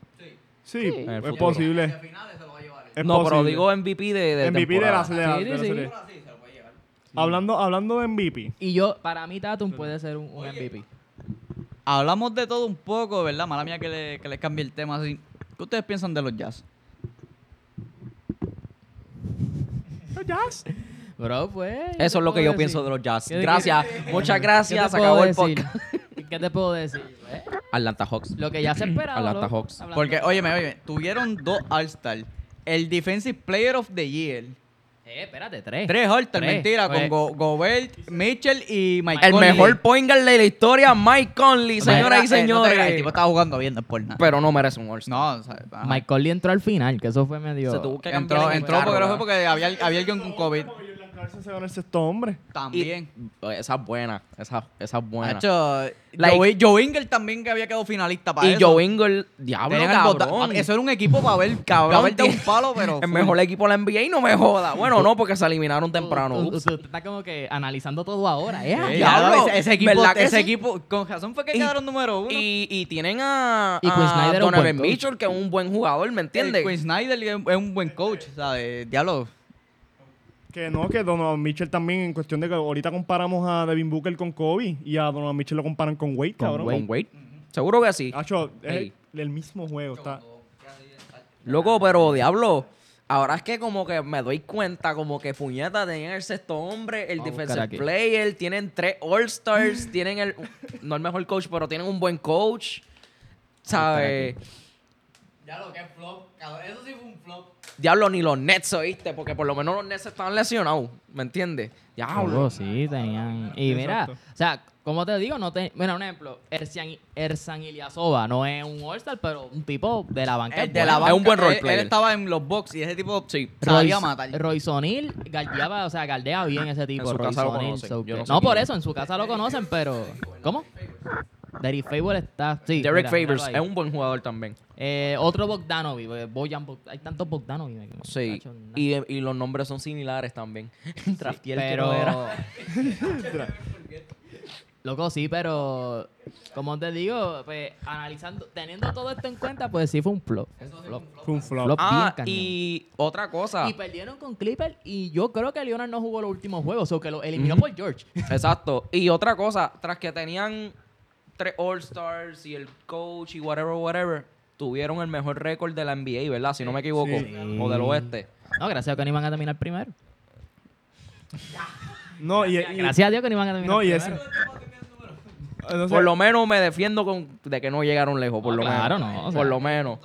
S3: Sí,
S1: el
S3: es
S1: futuro.
S3: posible. Es
S1: no, pero
S3: posible.
S1: digo MVP de, de
S3: MVP de la,
S1: temporada.
S3: de la-
S4: Sí,
S3: de la
S4: sí, sí.
S3: serie. Hablando, hablando de MVP,
S4: Y yo, para mí Tatum puede ser un, un MVP.
S2: Hablamos de todo un poco, ¿verdad? Mala mía que le, que le cambie el tema así. ¿Qué ustedes piensan de los jazz?
S4: Bro, pues... ¿qué
S1: Eso
S4: te
S1: es lo que
S4: puedo
S1: yo
S4: decir?
S1: pienso de los Jazz.
S4: ¿Qué- qué-
S1: Gracias, muchas
S4: ¿Qué te
S1: gracias. Se
S4: puedo
S1: acabó el
S4: decir?
S1: podcast.
S4: ¿Qué te puedo decir? Eh,
S1: Atlanta Hawks.
S4: Lo que ya se esperaba.
S1: Atlanta
S4: loco,
S1: Hawks.
S4: hablando
S2: Porque,
S4: de-
S2: óyeme, oye, tuvieron dos All-Star. El Defensive Player of the Year.
S4: Eh, espérate, tres.
S2: Tres All-Star,
S4: Tres.
S2: mentira, con
S4: Oye,
S2: Go- Gobert, Mitchell y Mike
S1: El
S2: Conley.
S1: mejor point guard de la historia, Mike Conley, señoras y
S2: Mira, eh, no te
S1: señores.
S2: creas, el tipo estaba jugando bien, no es por nada.
S1: pero no merece un all
S2: no, o sea, ajá.
S4: Mike Conley entró al final, que eso fue medio...
S1: Se tuvo que cambiar
S2: entró,
S1: en el
S2: entró
S1: carro,
S2: porque,
S1: ¿verdad?
S2: porque había, había alguien con COVID.
S3: Jordan Clarkson se ganó el sexto hombre.
S1: Y-
S2: También.
S1: Oye, esa es buena, esa, esa es buena.
S2: Hacho,
S1: Like-
S2: Joe, Joe Ingles también que había quedado finalista para
S1: y
S2: eso.
S1: Joe Ingles, diablo,
S2: Tenían al bota-
S1: cabrón.
S2: Eso era un equipo para ver, cabrón,
S1: Cabrón,
S2: de un
S1: tío.
S2: palo, pero...
S1: el mejor equipo de la NBA y no me joda. Bueno, no, porque se eliminaron temprano.
S4: Tú- tú-
S1: Ups.
S4: tú- tú estás como que analizando todo ahora, ¿eh?
S2: Eh,
S1: Diablo,
S2: cabrón, ese, ese equipo,
S1: ¿verdad que
S2: ese
S1: sí?
S2: equipo, con razón fue que
S1: Y-
S2: quedaron número uno. Eh,
S1: Y, y tienen a,
S4: Y Quinn
S1: a
S4: Snyder es un
S1: Donovan
S4: buen coach.
S1: Mitchell, que es un buen jugador, ¿me entiendes?
S2: Eh, Quinn Snyder es es un buen coach, ¿sabes? Diablo.
S3: Que no, que Donovan Mitchell también, en cuestión de que ahorita comparamos a Devin Booker con Kobe y a Donovan Mitchell lo comparan con Wade,
S1: Con
S3: cabrón.
S1: Wade. Seguro que sí.
S3: Acho, es
S1: Ey.
S3: el, el mismo juego. Está.
S1: Loco, pero diablo. Ahora es que como que me doy cuenta, como que puñeta, tenían el sexto hombre, el
S4: Vamos a buscar
S1: defensive
S4: aquí.
S1: player, tienen tres All-Stars, tienen el. No el mejor coach, pero tienen un buen coach.
S4: a buscar
S1: ¿Sabes?
S2: Ya lo que es flop, cabrón. Eso sí fue un flop.
S1: Diablo, ni los Nets, ¿oíste? Porque por lo menos los Nets estaban lesionados, ¿me entiendes? Diablo.
S4: Luego Ah, oh, sí, tenían. Y mira, o sea, como te digo, no te. Mira, un ejemplo, Ersan, Ersan Ilyasova no es un All-Star, pero un tipo de la banca.
S2: El de la
S1: Es un
S2: banca,
S1: buen role
S2: él- Él,
S1: player.
S2: estaba en los box y ese tipo
S1: Sí.
S2: sabía matar.
S4: Roisonil galdeaba, o sea, galdea bien ese tipo.
S1: En su casa lo
S4: Roy Sonil,
S1: conocen, yo
S4: que-
S1: no sé
S4: no,
S1: quién
S4: por
S1: es.
S4: eso, en su casa lo conocen, pero. ¿Cómo? Derek Favors está. Sí,
S1: Derek
S4: mira, míralo
S1: Favors
S4: ahí.
S1: es un buen jugador también.
S4: Eh, otro Bogdanovi, porque Bojan Bog- hay tantos Bogdanovi. me- me-
S1: Sí.
S4: muchacho, nada.
S1: Y, y los nombres son similares también. Trafiel, que
S4: pero...
S1: no era.
S4: Loco, sí, pero como te digo, pues analizando, teniendo todo esto en cuenta, pues sí fue un flop. Flop.
S3: Fue un flop.
S4: Flop.
S1: Ah,
S4: bien cañón.
S1: y otra cosa.
S4: Y perdieron con Clipper y yo creo que Leonard no jugó los últimos juegos, o que lo eliminó por George.
S1: Exacto. Y otra cosa, tras que tenían tres All-Stars y el coach y whatever, whatever, tuvieron el mejor récord de la NBA, ¿verdad? Si no me equivoco.
S4: Sí.
S1: O del oeste.
S4: No, gracias a Dios que no iban a terminar primero.
S3: No, y, y-
S4: Gracias a Dios que no iban a terminar
S3: no, y
S4: primero.
S3: ese. No sé,
S1: Por lo menos me defiendo con de que no llegaron lejos, por
S4: No,
S1: lo
S4: Ah, claro,
S1: menos.
S4: no, o sea.
S1: por lo menos.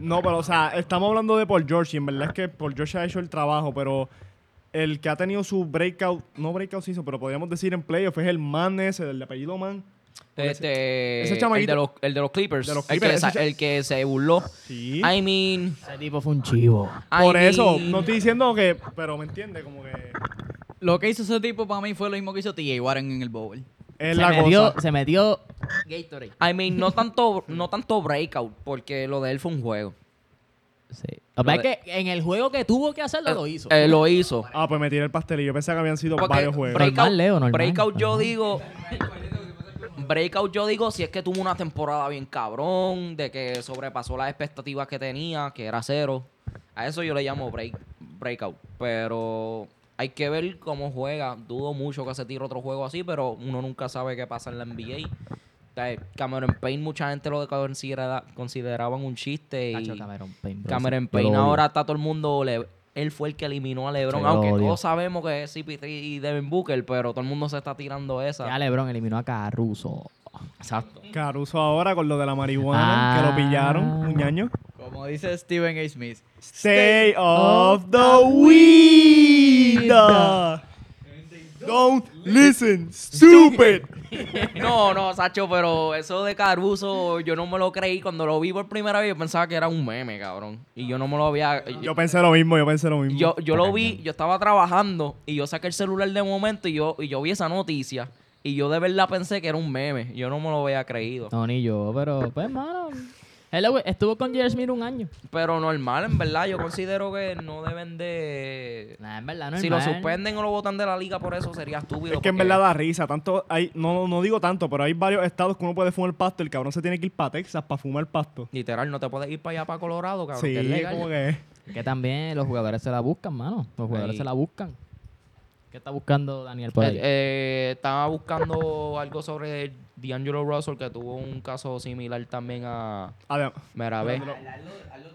S3: no, pero o sea, estamos hablando de Paul George y en verdad es que Paul George ha hecho el trabajo, pero el que ha tenido su breakout, no breakout season, pero podríamos decir en playoff es el man ese, del apellido man.
S1: Este,
S3: ese
S1: el,
S3: chamaquito-
S1: de los, el de los Clippers.
S3: De los
S1: el, que
S3: Clippers,
S1: sa-
S3: ese cha-
S1: el que se burló.
S3: Sí.
S1: I mean.
S4: Ese tipo fue un chivo.
S1: I
S3: Por eso,
S1: mean-
S3: no estoy diciendo que, pero me entiende, como que
S2: Lo que hizo ese tipo para mí fue lo mismo que hizo TJ Warren en el bowl.
S3: es
S4: Se
S3: la
S4: metió,
S3: cosa.
S4: se metió Gatorade.
S1: I mean, no tanto, no tanto breakout, porque lo de él fue un juego.
S4: Sí. Lo que pasa
S1: Lo
S4: es que en el juego que tuvo que hacerlo lo hizo.
S1: Eh, lo hizo.
S3: Ah, pues me tiré el pastelillo. Pensé que habían sido
S1: Porque
S3: varios juegos.
S1: Breakout,
S4: Normal, Leo, normal.
S1: breakout yo
S4: Ajá.
S1: digo. Breakout yo digo si es que tuvo una temporada bien cabrón, de que sobrepasó las expectativas que tenía, que era cero. A eso yo le llamo break, breakout. Pero hay que ver cómo juega. Dudo mucho que se tire otro juego así, pero uno nunca sabe qué pasa en la NBA. O sea, Cameron Payne, mucha gente lo considera- consideraban un chiste. Y
S4: Cacho, Cameron Payne. bro.
S1: Cameron
S4: Yo lo
S1: Payne
S4: odio.
S1: ahora está todo el mundo. le- él fue el que eliminó a LeBron.
S4: Yo lo
S1: aunque
S4: odio.
S1: todos sabemos que es CP3 y Devin Booker, pero todo el mundo se está tirando esa.
S4: Ya LeBron eliminó a Caruso.
S1: Exacto.
S3: Caruso ahora con lo de la marihuana, que
S4: Ah.
S3: lo pillaron, un ñaño.
S2: Como dice Steven A. Smith.
S3: Stay off the weed. Don't listen, stupid.
S1: No, no, Sacho, pero eso de Caruso, yo no me lo creí. Cuando lo vi por primera vez, yo pensaba que era un meme, cabrón. Y yo no me lo había.
S3: Yo pensé lo mismo, yo pensé lo mismo.
S1: Yo, yo lo vi, yo estaba trabajando y yo saqué el celular de momento y yo, y yo vi esa noticia. Y yo de verdad pensé que era un meme. Yo no me lo había creído.
S4: No, ni yo, pero pues, mano. Él estuvo con Jerry Smith un año.
S1: Pero normal, en verdad, yo considero que no deben de.
S4: Nah, en verdad, no
S1: Si lo suspenden o lo botan de la liga por eso sería estúpido.
S3: es que en
S1: porque-
S3: verdad da risa. Tanto hay, no, no digo tanto, pero hay varios estados que uno puede fumar pasto. El cabrón se tiene que ir para Texas para fumar pasto.
S1: Literal, no te puedes ir para allá, para Colorado, cabrón. que es
S3: sí,
S1: legal.
S3: como que.
S4: Que también los jugadores se la buscan, mano. Los jugadores
S1: Ahí.
S4: se la buscan. ¿Qué está buscando Daniel por
S1: Eh,
S4: ahí?
S1: eh, estaba buscando algo sobre D'Angelo Russell, que tuvo un caso similar también a
S3: Adam,
S1: Merabé.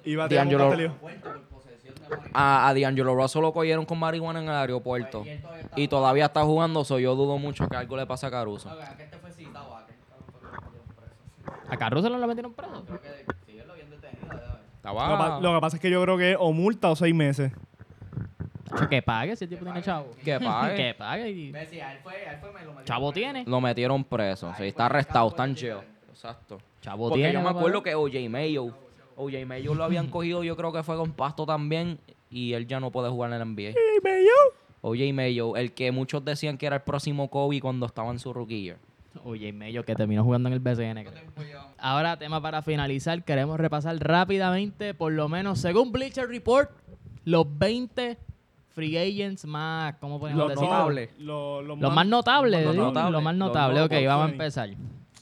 S3: iba a tirar un
S1: D'Angelo-
S3: pastelillo.
S1: A, a D'Angelo Russell lo cogieron con marihuana en el aeropuerto. Pues, Y todavía está jugando, so yo dudo mucho que algo le pase a Caruso.
S4: ¿A Caruso no lo metieron preso?
S1: Estaba-
S3: Lo, que pa- lo que pasa es que yo creo que es o multa o seis meses.
S4: Nacho, que pague si el tipo tiene chavo.
S1: Que pague.
S4: que pague. Y... Chavo tiene.
S1: Lo metieron preso. Sí, pues, está arrestado, está en jail. Exacto.
S4: Chavo
S1: Porque
S4: tiene.
S1: yo me
S4: papá.
S1: acuerdo que OJ Mayo, OJ Mayo lo habían cogido, yo creo que fue con pasto también, y él ya no puede jugar en el NBA. OJ Mayo, el que muchos decían que era el próximo Kobe cuando estaba en su rookie year.
S4: Oye, Mello, que terminó jugando en el BCN. creo. Ahora, tema para finalizar. Queremos repasar rápidamente, por lo menos, según Bleacher Report, los 20 free agents más, ¿cómo podemos
S3: Los
S4: decir?
S1: notables.
S3: Lo- los
S4: Los más notables, ¿eh?
S3: los
S4: los
S3: más
S1: notables.
S4: más
S1: Los
S4: notables. Ok,
S1: notables.
S4: vamos a empezar.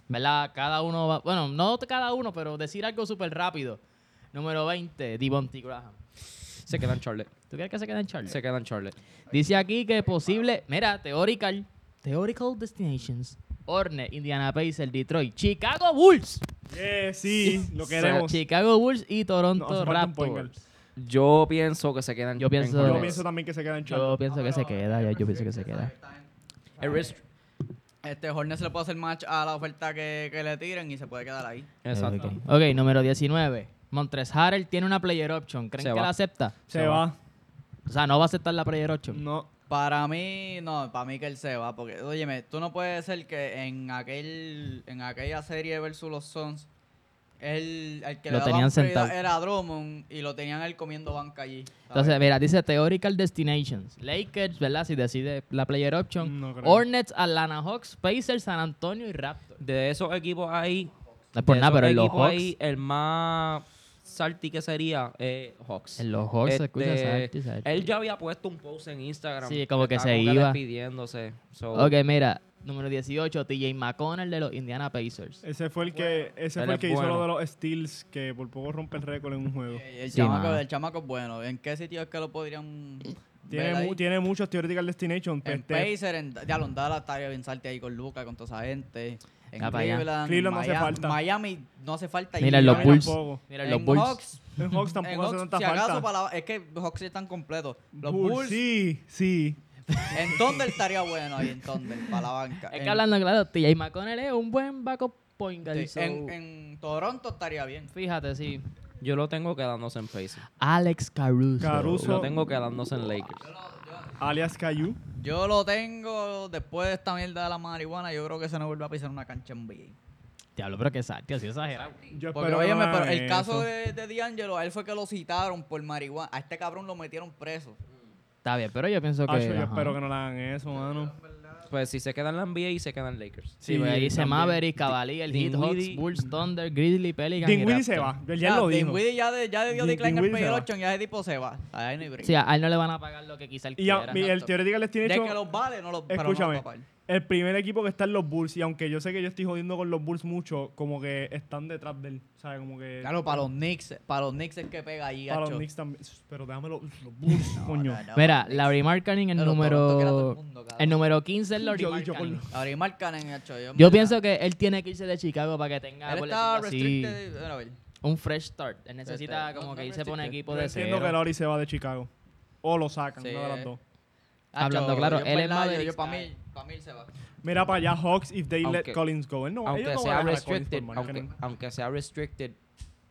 S4: ¿Verdad? Cada uno va... Bueno, no cada uno, pero decir algo súper rápido. Número 20, Devontae Graham.
S1: Se queda en Charlotte.
S4: ¿Tú crees que se queda en Charlotte?
S1: Se queda en Charlotte.
S4: Dice aquí que posible... Mira, Theoretical. Theoretical Destinations. Orne, Indiana Pacers, Detroit, Chicago Bulls.
S3: Yeah, Eh, sí, lo
S4: O sea,
S3: queremos.
S4: Chicago Bulls y
S3: No, hace
S4: Toronto
S3: falta un point guard.
S4: Raptors.
S1: Yo pienso que se quedan
S4: Yo pienso-
S1: en
S3: Yo
S4: Pues,
S3: pienso también que se queda en Charlotte.
S4: Yo pienso que se queda, yo, yo pienso que se queda.
S1: El rest-
S2: Este Hornets le puede hacer match a la oferta que, que le tiran y se puede quedar ahí.
S1: Exacto.
S4: Ok, número 19. Montres Harrell tiene una player option. ¿Creen
S1: Se
S4: que
S1: va.
S4: la acepta?
S3: Se va.
S4: O sea, no va a aceptar la player option.
S3: No.
S2: Para mí, no, para mí que él se va, porque, óyeme, tú no puedes ser que en aquel en aquella serie versus los Suns, él, el que
S4: Lo
S2: le
S4: tenían
S2: daban prioridad
S4: sentado.
S2: era Drummond y lo tenían él comiendo banca allí. ¿sabes?
S4: Entonces, mira, dice Theoretical Destinations. Lakers, ¿verdad? Si decide la player option.
S3: No creo.
S4: Hornets, Atlanta Hawks, Pacers, San Antonio y Raptors.
S5: De esos equipos ahí,
S4: No es por
S5: de
S4: nada,
S5: esos
S4: pero en los
S5: equipos
S4: Hawks.
S5: ahí, el más salty que sería eh, Hawks.
S4: En los Hawks se escucha
S5: Este,
S4: Sarti, Sarti.
S5: Él ya había puesto un post en Instagram.
S4: Sí, como que
S5: estaba
S4: se
S5: como
S4: iba.
S5: despidiéndose. So,
S4: Ok, mira. Número 18, TJ McConnell de los Indiana Pacers.
S3: Ese fue el que, ese
S5: Él
S3: fue el
S5: es
S3: que hizo
S5: bueno.
S3: lo de los steals, que por poco rompe el récord en un juego.
S2: Eh, El,
S4: Sí,
S2: chamaco,
S4: mano.
S2: el chamaco es bueno. ¿En qué sitio es que lo podrían ver
S3: Tiene,
S2: ahí?
S3: mu- tiene muchos Theoretical Destination.
S2: En
S3: este,
S2: Pacer, en Diablo, en Dallas está bien salte ahí con Luca, con toda esa gente. En
S4: Ya pa' allá.
S2: Cleveland,
S3: Cleveland no hace
S2: Miami-
S3: falta.
S2: Miami no hace falta. y
S4: Mira, en los
S2: Miami
S4: Bulls.
S3: tampoco.
S4: Mira, los
S2: en
S4: Bulls.
S2: Hawks,
S3: En Hawks
S2: en
S3: tampoco hace
S2: Hawks,
S3: tanta
S2: si acaso,
S3: falta.
S2: para la- es que los Hawks están completos. Los
S3: Bulls,
S2: Bulls,
S3: Sí, sí.
S2: en Thunder estaría bueno ahí, en Thunder, para la banca.
S4: Es
S2: En-
S4: que hablando claro, TJ McConnell es un buen backup point guard.
S2: sí,
S4: so-
S2: en, en Toronto estaría bien.
S4: Fíjate, sí.
S5: Yo lo tengo quedándose en Pacers.
S4: Alex Caruso.
S5: Lo
S3: Caruso,
S5: tengo quedándose en Lakers.
S3: alias Cayu.
S2: Yo lo tengo después de esta mierda de la marihuana. Yo creo que se no vuelve a pisar una cancha en NBA.
S4: Diablo, pero que Sarti, así exagerado.
S3: Yo
S2: Porque,
S3: espero que
S2: óyeme,
S3: no
S2: pero
S3: hagan
S2: el caso
S3: eso.
S2: de, de D'Angelo, a él fue que lo citaron por marihuana. A este cabrón lo metieron preso.
S4: Está bien, pero yo pienso que.
S3: Acho, yo
S4: ajá.
S3: espero que no le hagan eso, mano.
S5: Pues si se queda en la NBA y se queda en Lakers.
S4: Sí, pues ahí dice
S3: también.
S4: Maverick, Cavalier, Heat, Hawks,
S5: Dinwiddie.
S4: Bulls, Thunder, Grizzly, Pelican. y
S3: Dingwiddie se
S4: Raptors.
S3: va. Él ya lo dijo.
S2: Dinwiddie ya, de, ya dio
S3: Din-
S2: decline al
S3: Dinwiddie se
S2: player
S3: va.
S2: 8 y ya ese tipo se va. Ahí no hay break.
S4: Sí, a él no le van a pagar lo que quizá él
S3: Y a-
S4: quiera.
S3: mi- el
S2: exacto.
S3: Theoretical
S2: de
S3: Destination.
S2: que los vale, no los pero no los va
S3: Escúchame,
S2: a pagar.
S3: el primer equipo que está en los Bulls, y aunque yo sé que yo estoy jodiendo con los Bulls mucho, como que están detrás de él, ¿sabes? Como que
S2: Claro, para los Knicks, para los Knicks es que pega ahí,
S3: para los
S2: gacho.
S3: Knicks también. Pero déjame los, los Bulls, coño.
S2: No, no,
S4: Mira,
S2: los Knicks.
S4: Larry Markkanen, el
S2: Pero Toronto que era todo el
S4: número.
S2: mundo, cabrón.
S4: El número 15 es Larry
S3: Yo- yo con-
S4: Markkanen.
S2: Larry Markkanen, gacho.
S4: Yo pienso que él tiene que irse de Chicago para que tenga
S2: Él
S4: por
S2: está
S4: decirlo así,
S2: restricted. bueno, a ver.
S4: un fresh start. Él necesita
S2: Este, no-
S4: como
S2: no
S4: que irse por un
S2: restricted.
S4: equipo
S3: Yo
S4: de
S3: entiendo que
S4: cero.
S3: Lori se va de Chicago. O lo sacan,
S2: Sí.
S3: una de las dos.
S4: Hablando
S2: Gacho,
S4: claro,
S2: yo
S4: él es
S2: verdad, yo-
S4: Mavericks,
S2: Yo para
S4: cabrón.
S2: mí, para mí él se va.
S3: Mira para allá, Hawks, if they
S5: Aunque-
S3: let Collins go. Él no, ellos
S5: Aunque
S3: no van a
S5: sea
S3: dejar a Collins
S5: restricted,
S3: por
S5: aunque,
S3: Markkanen.
S5: aunque sea restricted,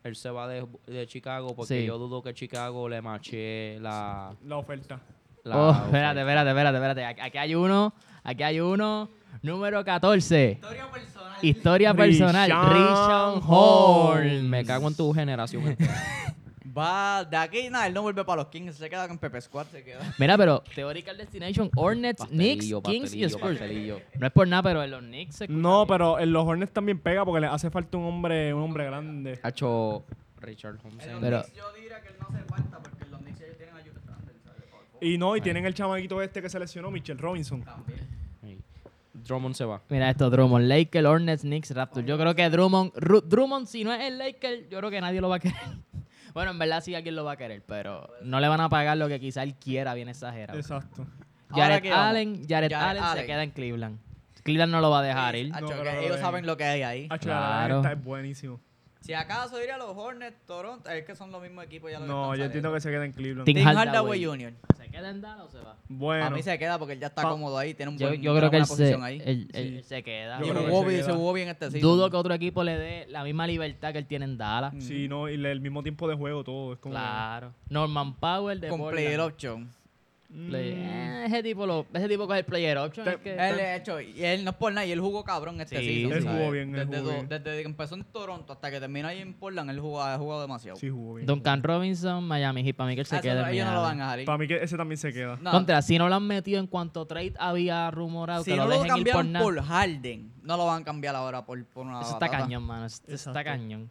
S5: él se va de, de Chicago porque
S4: Sí.
S5: yo dudo que Chicago le mache la,
S3: La oferta.
S5: la
S4: Oh,
S5: oferta.
S4: espérate, espérate, espérate, espérate. Aquí- Aquí hay uno, aquí hay uno. Número 14.
S2: Historia personal.
S4: Historia personal.
S3: Richard
S4: Richard Horn.
S5: Me cago en tu generación. entera.
S2: Va, de aquí nada, él no vuelve para los Kings, se queda con Pepe Squad, se queda.
S4: Mira, pero Theoretical Destination, Hornets, Knicks,
S5: Pastelillo,
S4: Kings y
S5: pastelillo,
S4: Spurs.
S5: pastelillo.
S4: No es por nada, pero en los Knicks se escucha
S3: No,
S4: bien.
S3: pero en los Hornets también pega porque le hace falta un hombre, un hombre grande.
S5: Ha hecho Richard Holmes.
S2: En los
S4: Pero-
S2: Knicks yo diría que él no hace falta porque en los Knicks ellos tienen a Julius Randle, ¿sabes? Por favor,
S3: Y no, y tienen el chamaquito este que se lesionó, Mitchell Robinson.
S2: También.
S5: Sí. Drummond se va.
S4: Mira esto, Drummond, Lakers, Hornets, Knicks, Raptors. Yo creo que Drummond, Ru- Drummond, si no es el Lakers, yo creo que nadie lo va a querer. Bueno, en verdad sí alguien lo va a querer, pero no le van a pagar lo que quizá él quiera, bien exagerado.
S3: Exacto.
S2: Ahora
S4: Jared
S2: que vamos.
S4: Allen, Jared,
S2: Jared
S4: Allen, se
S2: Allen.
S4: queda en Cleveland. Cleveland no lo va a dejar ir.
S2: Hacho,
S3: No, pero
S2: que
S3: lo
S2: ellos
S3: de-
S2: saben lo que hay ahí.
S3: Hacho,
S4: Claro.
S3: la verdad, está buenísimo.
S2: Si acaso diría los Hornets, Toronto, es que son los mismos equipos. Ya lo
S3: No, yo entiendo que se queda en Cleveland.
S4: Tim
S2: Tim
S4: Hardaway.
S2: Hardaway Jr.
S4: ¿Se queda en Dallas o se va?
S2: A
S3: Bueno,
S2: mí se queda porque él ya está
S3: Pa-
S2: cómodo ahí, tiene un
S4: Yo,
S2: buen,
S4: yo
S2: una
S4: creo que
S2: buena
S4: él se,
S2: posición ahí.
S4: él- él se queda.
S3: Yo
S2: y
S4: Yo
S3: creo que
S2: jugó
S3: se
S2: bien, se
S3: queda.
S2: jugó bien este season.
S4: Dudo que otro equipo le dé la misma libertad que él tiene en Dallas.
S2: Mm,
S3: sí, no, y le- el mismo tiempo de juego, todo. Es como. que-
S4: Claro. Norman Powell de
S2: con
S4: Portland.
S2: player option.
S3: Mm,
S4: Play- eh, ese, tipo lo, ese tipo coge el player option.
S3: Te-
S4: es que-
S2: Él de hecho, y él no es por nada, y él jugó cabrón este
S4: Sí,
S2: season.
S4: él
S2: ¿sabes?
S3: jugó bien, él
S2: desde,
S3: jugó
S2: do-
S3: bien.
S2: desde que empezó en Toronto hasta que terminó ahí en Portland, él jugó, ha jugado demasiado.
S3: Sí, jugó bien.
S4: Duncan Robinson, Miami Heat, para mí que él
S2: Pues, eh, Ah,
S4: se
S2: eso
S4: queda
S2: no-
S4: en
S2: ellos no lo
S4: Miami.
S2: van a dejar ir.
S3: Para mí que ese también se queda.
S2: No,
S4: Contra, si no lo han metido en cuanto trade había rumorado
S2: si
S4: que
S2: no
S4: lo
S2: lo
S4: dejen ir por
S2: cambiaron
S4: nada.
S2: por, Harden, no lo van a cambiar ahora por, por una
S4: Eso está
S2: batata.
S4: cañón, mano. Eso está
S3: Exacto.
S4: cañón.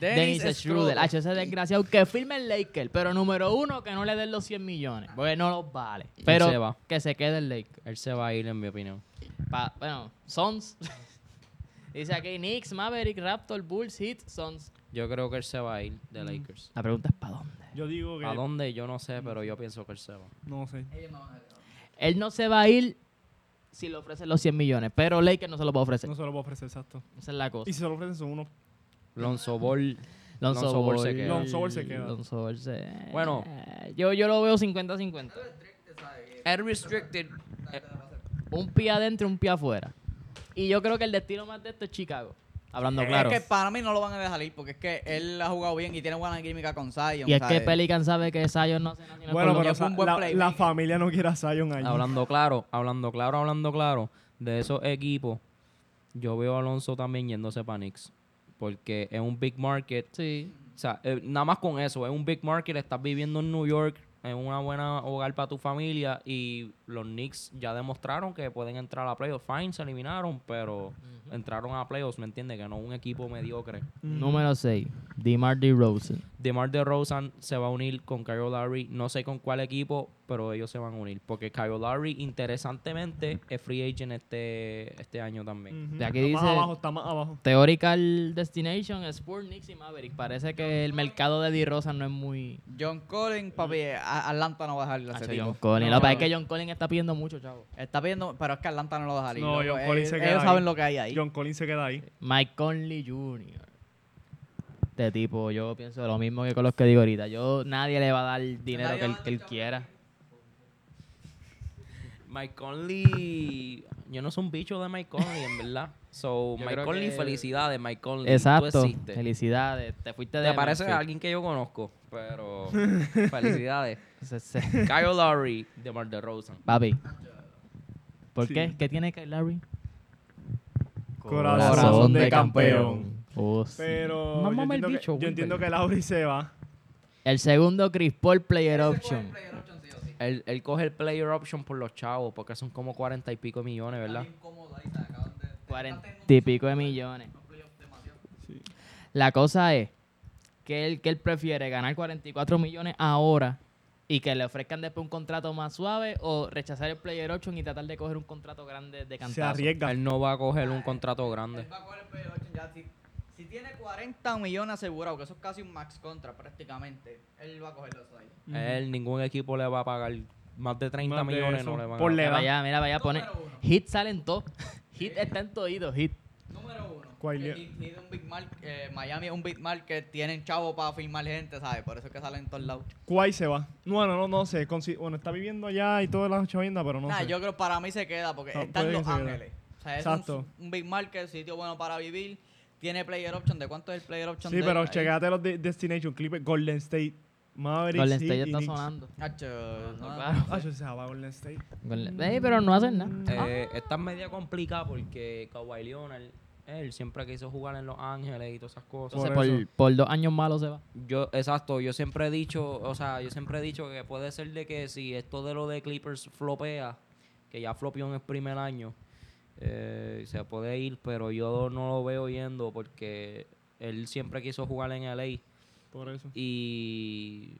S2: Dennis,
S4: Dennis Schroeder,
S2: Schroeder.
S4: H, ese desgraciado que firme el Laker, pero número uno, que no le den los 100 millones, porque no los vale. Pero
S5: se va.
S4: que se quede el Laker.
S5: Él se va a ir, en mi opinión.
S4: Pa- bueno, Sons. Dice aquí Knicks, Maverick, Raptor, Bulls, Heat, Sons.
S5: Yo creo que él se va a ir
S3: Mm.
S5: de Lakers.
S4: La pregunta es ¿para dónde?
S3: Yo digo que.
S5: ¿A dónde? Yo no sé, pero yo pienso que él se va.
S3: No sé.
S2: Ellos no van a dejar.
S4: Él no se va a ir si le ofrecen los 100 millones, pero Lakers no se los va a ofrecer.
S3: No se lo puedo ofrecer, exacto.
S4: Esa es la cosa.
S3: Y si se lo ofrecen, son unos.
S5: Lonzo Ball.
S4: Lonzo,
S5: Lonzo Ball se
S4: Ball-
S5: queda.
S3: Lonzo Ball se queda.
S4: Lonzo Ball se-
S5: Bueno.
S4: Yo, yo lo veo 50-50.
S5: Es restricted.
S4: Un pie adentro, un pie afuera. Y yo creo que el destino más de esto es Chicago. Hablando claro.
S2: Es que para mí no lo van a dejar ir porque es que él ha jugado bien y tiene buena química con Zion.
S4: y es que
S2: ¿sabes?
S4: Pelican sabe que Zion no se nace sino
S3: Bueno,
S4: con
S3: pero
S4: los-
S2: fue un
S3: sa-
S2: buen
S3: la,
S2: playmaker.
S3: la familia no quiere a Zion allí.
S1: Hablando claro, hablando claro, hablando claro, de esos equipos, yo veo a Alonso también yéndose para Knicks. Porque es un big market.
S4: Sí.
S1: O sea, eh, nada más con eso, es un big market, estás viviendo en New York, es una buena hogar para tu familia y los Knicks ya demostraron que pueden entrar a playoffs. Fine, se eliminaron, pero entraron a playoffs, ¿me entiendes? Que no un equipo mediocre.
S4: Número 6. DeMar DeRozan.
S1: DeMar DeRozan se va a unir con Kyle Lowry, no sé con cuál equipo, pero ellos se van a unir. Porque Kyle Lowry, interesantemente, es free agent este, este año también.
S3: Ujú.
S4: De aquí
S3: Está más
S4: dice-
S3: abajo, está más abajo.
S4: Theoretical Destination, Spurs, Knicks y Maverick. Parece que el mercado de DeRozan no es muy...
S2: John Collins, papi, a- Atlanta no va a dejarlo a ese
S4: Hacho,
S2: tipo.
S4: John Collins.
S2: No,
S4: Lo que pasa es
S2: no.
S4: que John Collins está pidiendo mucho, chavo.
S2: Está viendo, pero es que Atlanta no lo va a dejar ir.
S3: No,
S2: loco.
S3: John Collins se
S2: ellos,
S3: queda
S2: ellos
S3: ahí.
S2: saben lo que hay ahí.
S3: John Collins se queda ahí.
S4: Mike Conley Jr. Este tipo, yo pienso lo mismo que con los que digo ahorita. Yo, nadie le va a dar dinero
S2: Nadie va
S4: que él,
S2: a dar
S4: que él
S2: chavo.
S4: quiera.
S1: Mike Conley, yo no soy un bicho de Mike Conley, en verdad. So,
S4: Yo
S1: Mike
S4: creo
S1: Conley,
S4: que-
S1: felicidades, Mike Conley. Tú
S4: Exacto.
S1: existes.
S4: Felicidades. Te fuiste de
S1: Te parece
S4: Memphis.
S1: a alguien que yo conozco, pero felicidades.
S4: Se- se-
S1: Kyle Lowry, DeMar DeRozan.
S4: Papi. ¿Por
S3: Sí.
S4: qué? ¿Qué tiene Kyle Lowry?
S3: Corazón
S2: de
S3: campeón.
S4: Oh, sí.
S3: Pero
S4: Mamá
S3: yo,
S4: el
S3: entiendo que,
S4: bicho,
S3: yo
S4: Wilber.
S3: entiendo que Lauri se va.
S4: El segundo Chris Paul Player Option.
S1: Él, él coge el player option por los chavos, porque son como cuarenta y pico millones, ¿verdad?
S4: Cuarenta y pico de millones. La cosa es que él, que él prefiere ganar 44 millones ahora y que le ofrezcan después un contrato más suave o rechazar el Player Option y tratar de coger un contrato grande de
S3: Se
S4: cantazo.
S3: arriesga.
S1: Él no va a coger un contrato grande.
S2: Él va a coger el player option ya, si, si tiene 40 millones asegurados, que eso es casi un max contra prácticamente, él va a cogerlo eso ahí.
S3: Ujú.
S1: Él, ningún equipo le va a pagar más de 30
S3: Más de
S1: millones,
S3: eso.
S1: no le van
S3: Por
S1: a
S3: le-
S1: pagar.
S4: Mira vaya, mira vaya, pone.
S2: Número uno.
S4: Hit salen todos. Hit está en todo hit.
S2: Número uno.
S3: ¿Cuál
S2: que
S3: le-
S2: Heat- Heat es un big market, eh, Miami es un big market, tienen chavo para firmar gente, ¿sabes? Por eso es que salen en todos lados.
S3: Kawhi se va. No, no, no, no sé. Consi- bueno, está viviendo allá y todas las chaviendas, pero no
S2: Nah,
S3: sé.
S2: Ah, yo creo para mí se queda porque
S3: No,
S2: está en
S3: Ah, puede que
S2: Los
S3: se quede.
S2: Ángeles. O sea, es un-
S3: Exacto.
S2: Un, big market, sitio bueno para vivir. Tiene player option. ¿De cuánto es el player option?
S3: sí,
S2: de él?
S3: pero
S2: Ahí.
S3: checate los de- Destination Clippers, Golden State, Mavericks
S4: Golden
S3: Heat
S4: State
S3: y
S4: está
S3: Knicks.
S4: sonando.
S2: Hacho, no.
S4: claro.
S3: Ah, yo se va Golden State.
S4: Golden- Ey, pero no hacen
S3: Mm.
S4: nada.
S1: Eh, Está media complicada porque Kawhi Leonard, él siempre quiso jugar en Los Ángeles y todas esas cosas.
S4: Entonces,
S3: por
S4: por,
S3: eso.
S4: por dos años malos se va.
S1: Yo, exacto, yo siempre he dicho, o sea, yo siempre he dicho que puede ser de que si esto de lo de Clippers flopea, que ya flopeó en el primer año, eh, se puede ir, pero yo no lo veo yendo porque él siempre quiso jugar en LA
S3: Por eso.
S1: y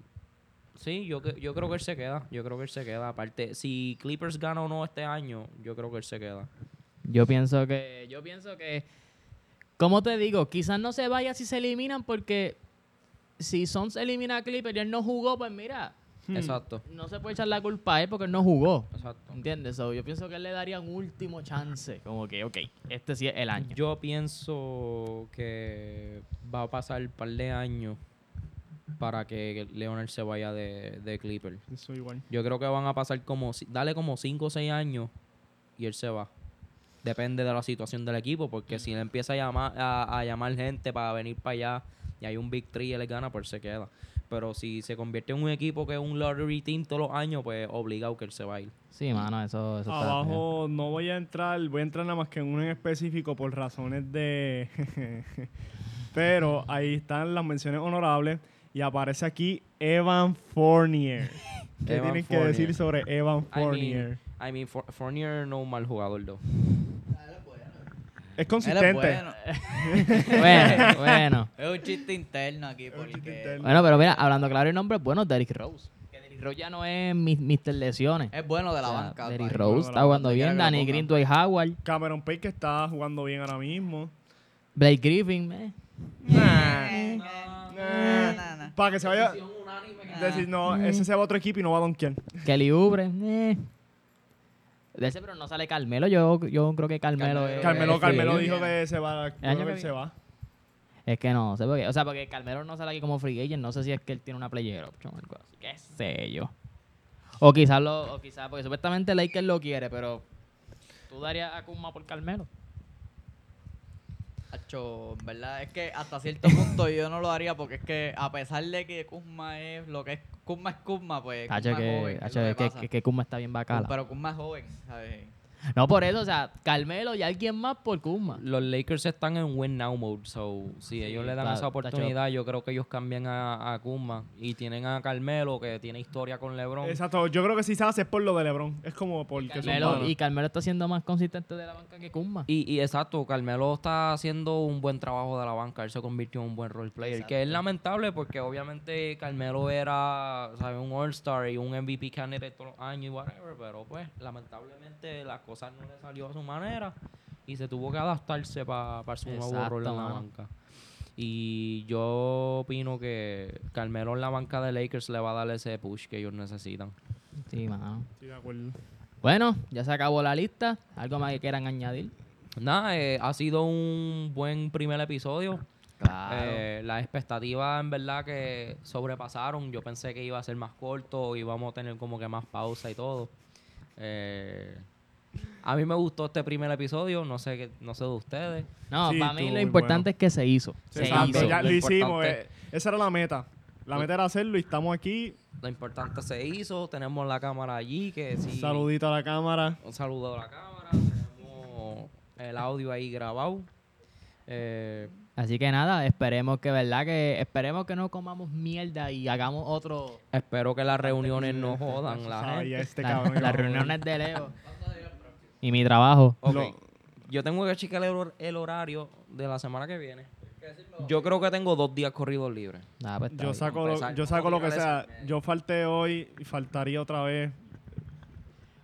S1: sí, yo, cre- yo creo que él se queda, yo creo que él se queda. Aparte, si Clippers gana o no este año, yo creo que él se queda.
S4: Yo pienso que, yo pienso que, como te digo, quizás no se vaya si se eliminan porque si Son se elimina a Clipper y él no jugó, pues mira,
S1: Exacto,
S4: no se puede echar la culpa a él porque él no jugó.
S1: exacto.
S4: ¿Entiendes? So, yo pienso que él le daría un último chance. Como que, ok, este sí es el año.
S1: Yo pienso que va a pasar un par de años para que Leonard se vaya de, de Clipper.
S3: Eso igual.
S1: Yo creo que van a pasar como, ci- dale como 5 o 6 años y él se va. Depende de la situación del equipo, porque si él empieza a llamar, a, a llamar gente para venir para allá y hay un Big Three y él gana, pues se queda. Pero si se convierte en un equipo que es un lottery team todos los años, pues obligado que él se va a ir.
S4: Sí, mano, eso, eso está feo.
S3: Abajo no voy a entrar, voy a entrar nada más que en uno en específico por razones de... Pero ahí están las menciones honorables y aparece aquí Evan Fournier. ¿Qué
S1: Evan
S3: tienen que
S1: Fournier.
S3: decir sobre Evan
S1: I mean-
S3: Fournier?
S1: I mean, For- Fournier no un mal jugador, though.
S3: es
S2: Él
S3: consistente.
S2: es bueno.
S4: Bueno, bueno.
S2: Es un chiste interno aquí
S3: un
S2: porque...
S3: chiste interno.
S4: Bueno, pero mira, hablando claro y nombres buenos, Derrick Rose. Que Derrick Rose ya no es mi- Mr. Lesiones.
S2: Es bueno de la
S4: O sea,
S2: banca.
S4: Derrick
S2: papi.
S4: Rose está jugando
S2: Donde quiera
S4: bien,
S2: que lo
S4: Danny
S2: pongan.
S4: Green, Dwight Howard,
S3: Cameron Payne que está jugando bien ahora mismo.
S4: Blake Griffin, eh.
S2: Eh,
S3: Eh,
S2: eh, nah, nah.
S3: Para que se vaya...
S2: nah.
S3: Decir, no, ese se va a otro equipo y no va a donkear.
S4: Kelly Oubre, eh. De ese, pero no sale Carmelo. Yo, yo creo que Carmelo,
S2: Carmelo.
S4: es.
S3: Carmelo,
S4: es-
S3: Carmelo
S2: sí.
S3: dijo que se va. yo
S4: año
S3: creo que
S4: que
S3: él se
S4: viene.
S3: va.
S4: Es que no sé por qué. O sea, porque Carmelo no sale aquí como free agent. No sé si es que él tiene una player option o algo así. Qué sé yo. O quizás lo. O quizás, porque supuestamente Lakers lo quiere, pero. ¿Tú darías a Kuma por Carmelo?
S2: Acho, ¿verdad? Es que hasta cierto punto yo no lo haría porque es que a pesar de que Kuzma es lo que es Kuzma es Kuzma, pues Kuzma
S4: Hacho,
S2: es
S4: que,
S2: joven, es
S4: hacho,
S2: lo que
S4: es que,
S2: pasa.
S4: que- que Kuzma está bien bacala.
S2: Pero Kuzma es joven, ¿sabes?
S4: No, por eso, o sea, Carmelo y alguien más por Kuzma.
S1: Los Lakers están en win now mode, so si ellos le dan
S4: claro,
S1: esa
S4: tacho.
S1: oportunidad, yo creo que ellos cambian a, a Kuzma y tienen a Carmelo que tiene historia con LeBron.
S3: Exacto, yo creo que si se hace es por lo de LeBron. Es como porque son
S4: Carmelo,
S3: panas.
S4: y Carmelo está siendo más consistente de la banca que Kuzma.
S1: Y, y exacto, Carmelo está haciendo un buen trabajo de la banca, él se convirtió en un buen role player, que es lamentable porque obviamente Carmelo era, ¿sabes? Un All-Star y un MVP candidate todos los años y whatever, pero pues lamentablemente las cosas no le salió a su manera y se tuvo que adaptarse para su nuevo
S4: Exacto,
S1: rol en la
S4: mano.
S1: banca. Y yo opino que Carmelo en la banca de Lakers le va a dar ese push que ellos necesitan.
S4: Sí, mano.
S3: Sí, de acuerdo.
S4: Bueno, ya se acabó la lista. ¿Algo más que quieran añadir?
S1: Nada, eh, ha sido un buen primer episodio. Eh, las expectativas en verdad que sobrepasaron. Yo pensé que iba a ser más corto, íbamos a tener como que más pausa y todo. Eh, a mí me gustó este primer episodio, no sé qué, no sé de ustedes.
S4: No,
S3: Sí,
S4: para mí
S3: tú,
S4: lo
S3: muy bueno.
S4: importante es que se hizo.
S1: Se
S3: Exacto,
S1: hizo,
S3: ya
S1: lo
S3: lo hicimos.
S1: importante.
S3: eh, esa era la meta. La meta era hacerlo y estamos aquí.
S1: Lo importante se hizo, tenemos la cámara allí, que sí.
S3: Saludito a la cámara.
S1: Un saludo a la cámara, tenemos el audio ahí grabado. Eh,
S4: Así que nada, esperemos que verdad que esperemos que no comamos mierda y hagamos otro
S1: espero que las reuniones no jodan la
S3: Sabía
S1: gente.
S3: este
S4: la-
S3: cabrón.
S4: las reuniones de Leo y mi trabajo.
S1: Ok.
S3: Lo-
S1: Yo tengo que checar el, hor- el horario de la semana que viene. Yo creo que tengo dos días corridos libres.
S4: Nah, pues, está
S3: Yo
S4: bien.
S3: saco, lo,
S1: empezar.
S3: yo saco lo que
S1: Vamos a
S3: sea. Yo falté hoy y faltaría otra vez.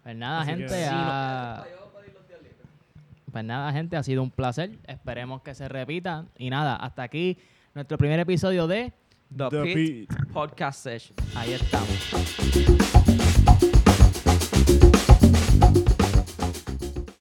S4: Pues nada,
S3: Así que-
S4: gente,
S3: Sí, no-
S4: ah, pues nada, gente, ha sido un placer. Esperemos que se repita y nada, hasta aquí nuestro primer episodio de
S1: The,
S3: The
S1: Pit
S3: Pit.
S1: Podcast Session.
S4: Ahí estamos.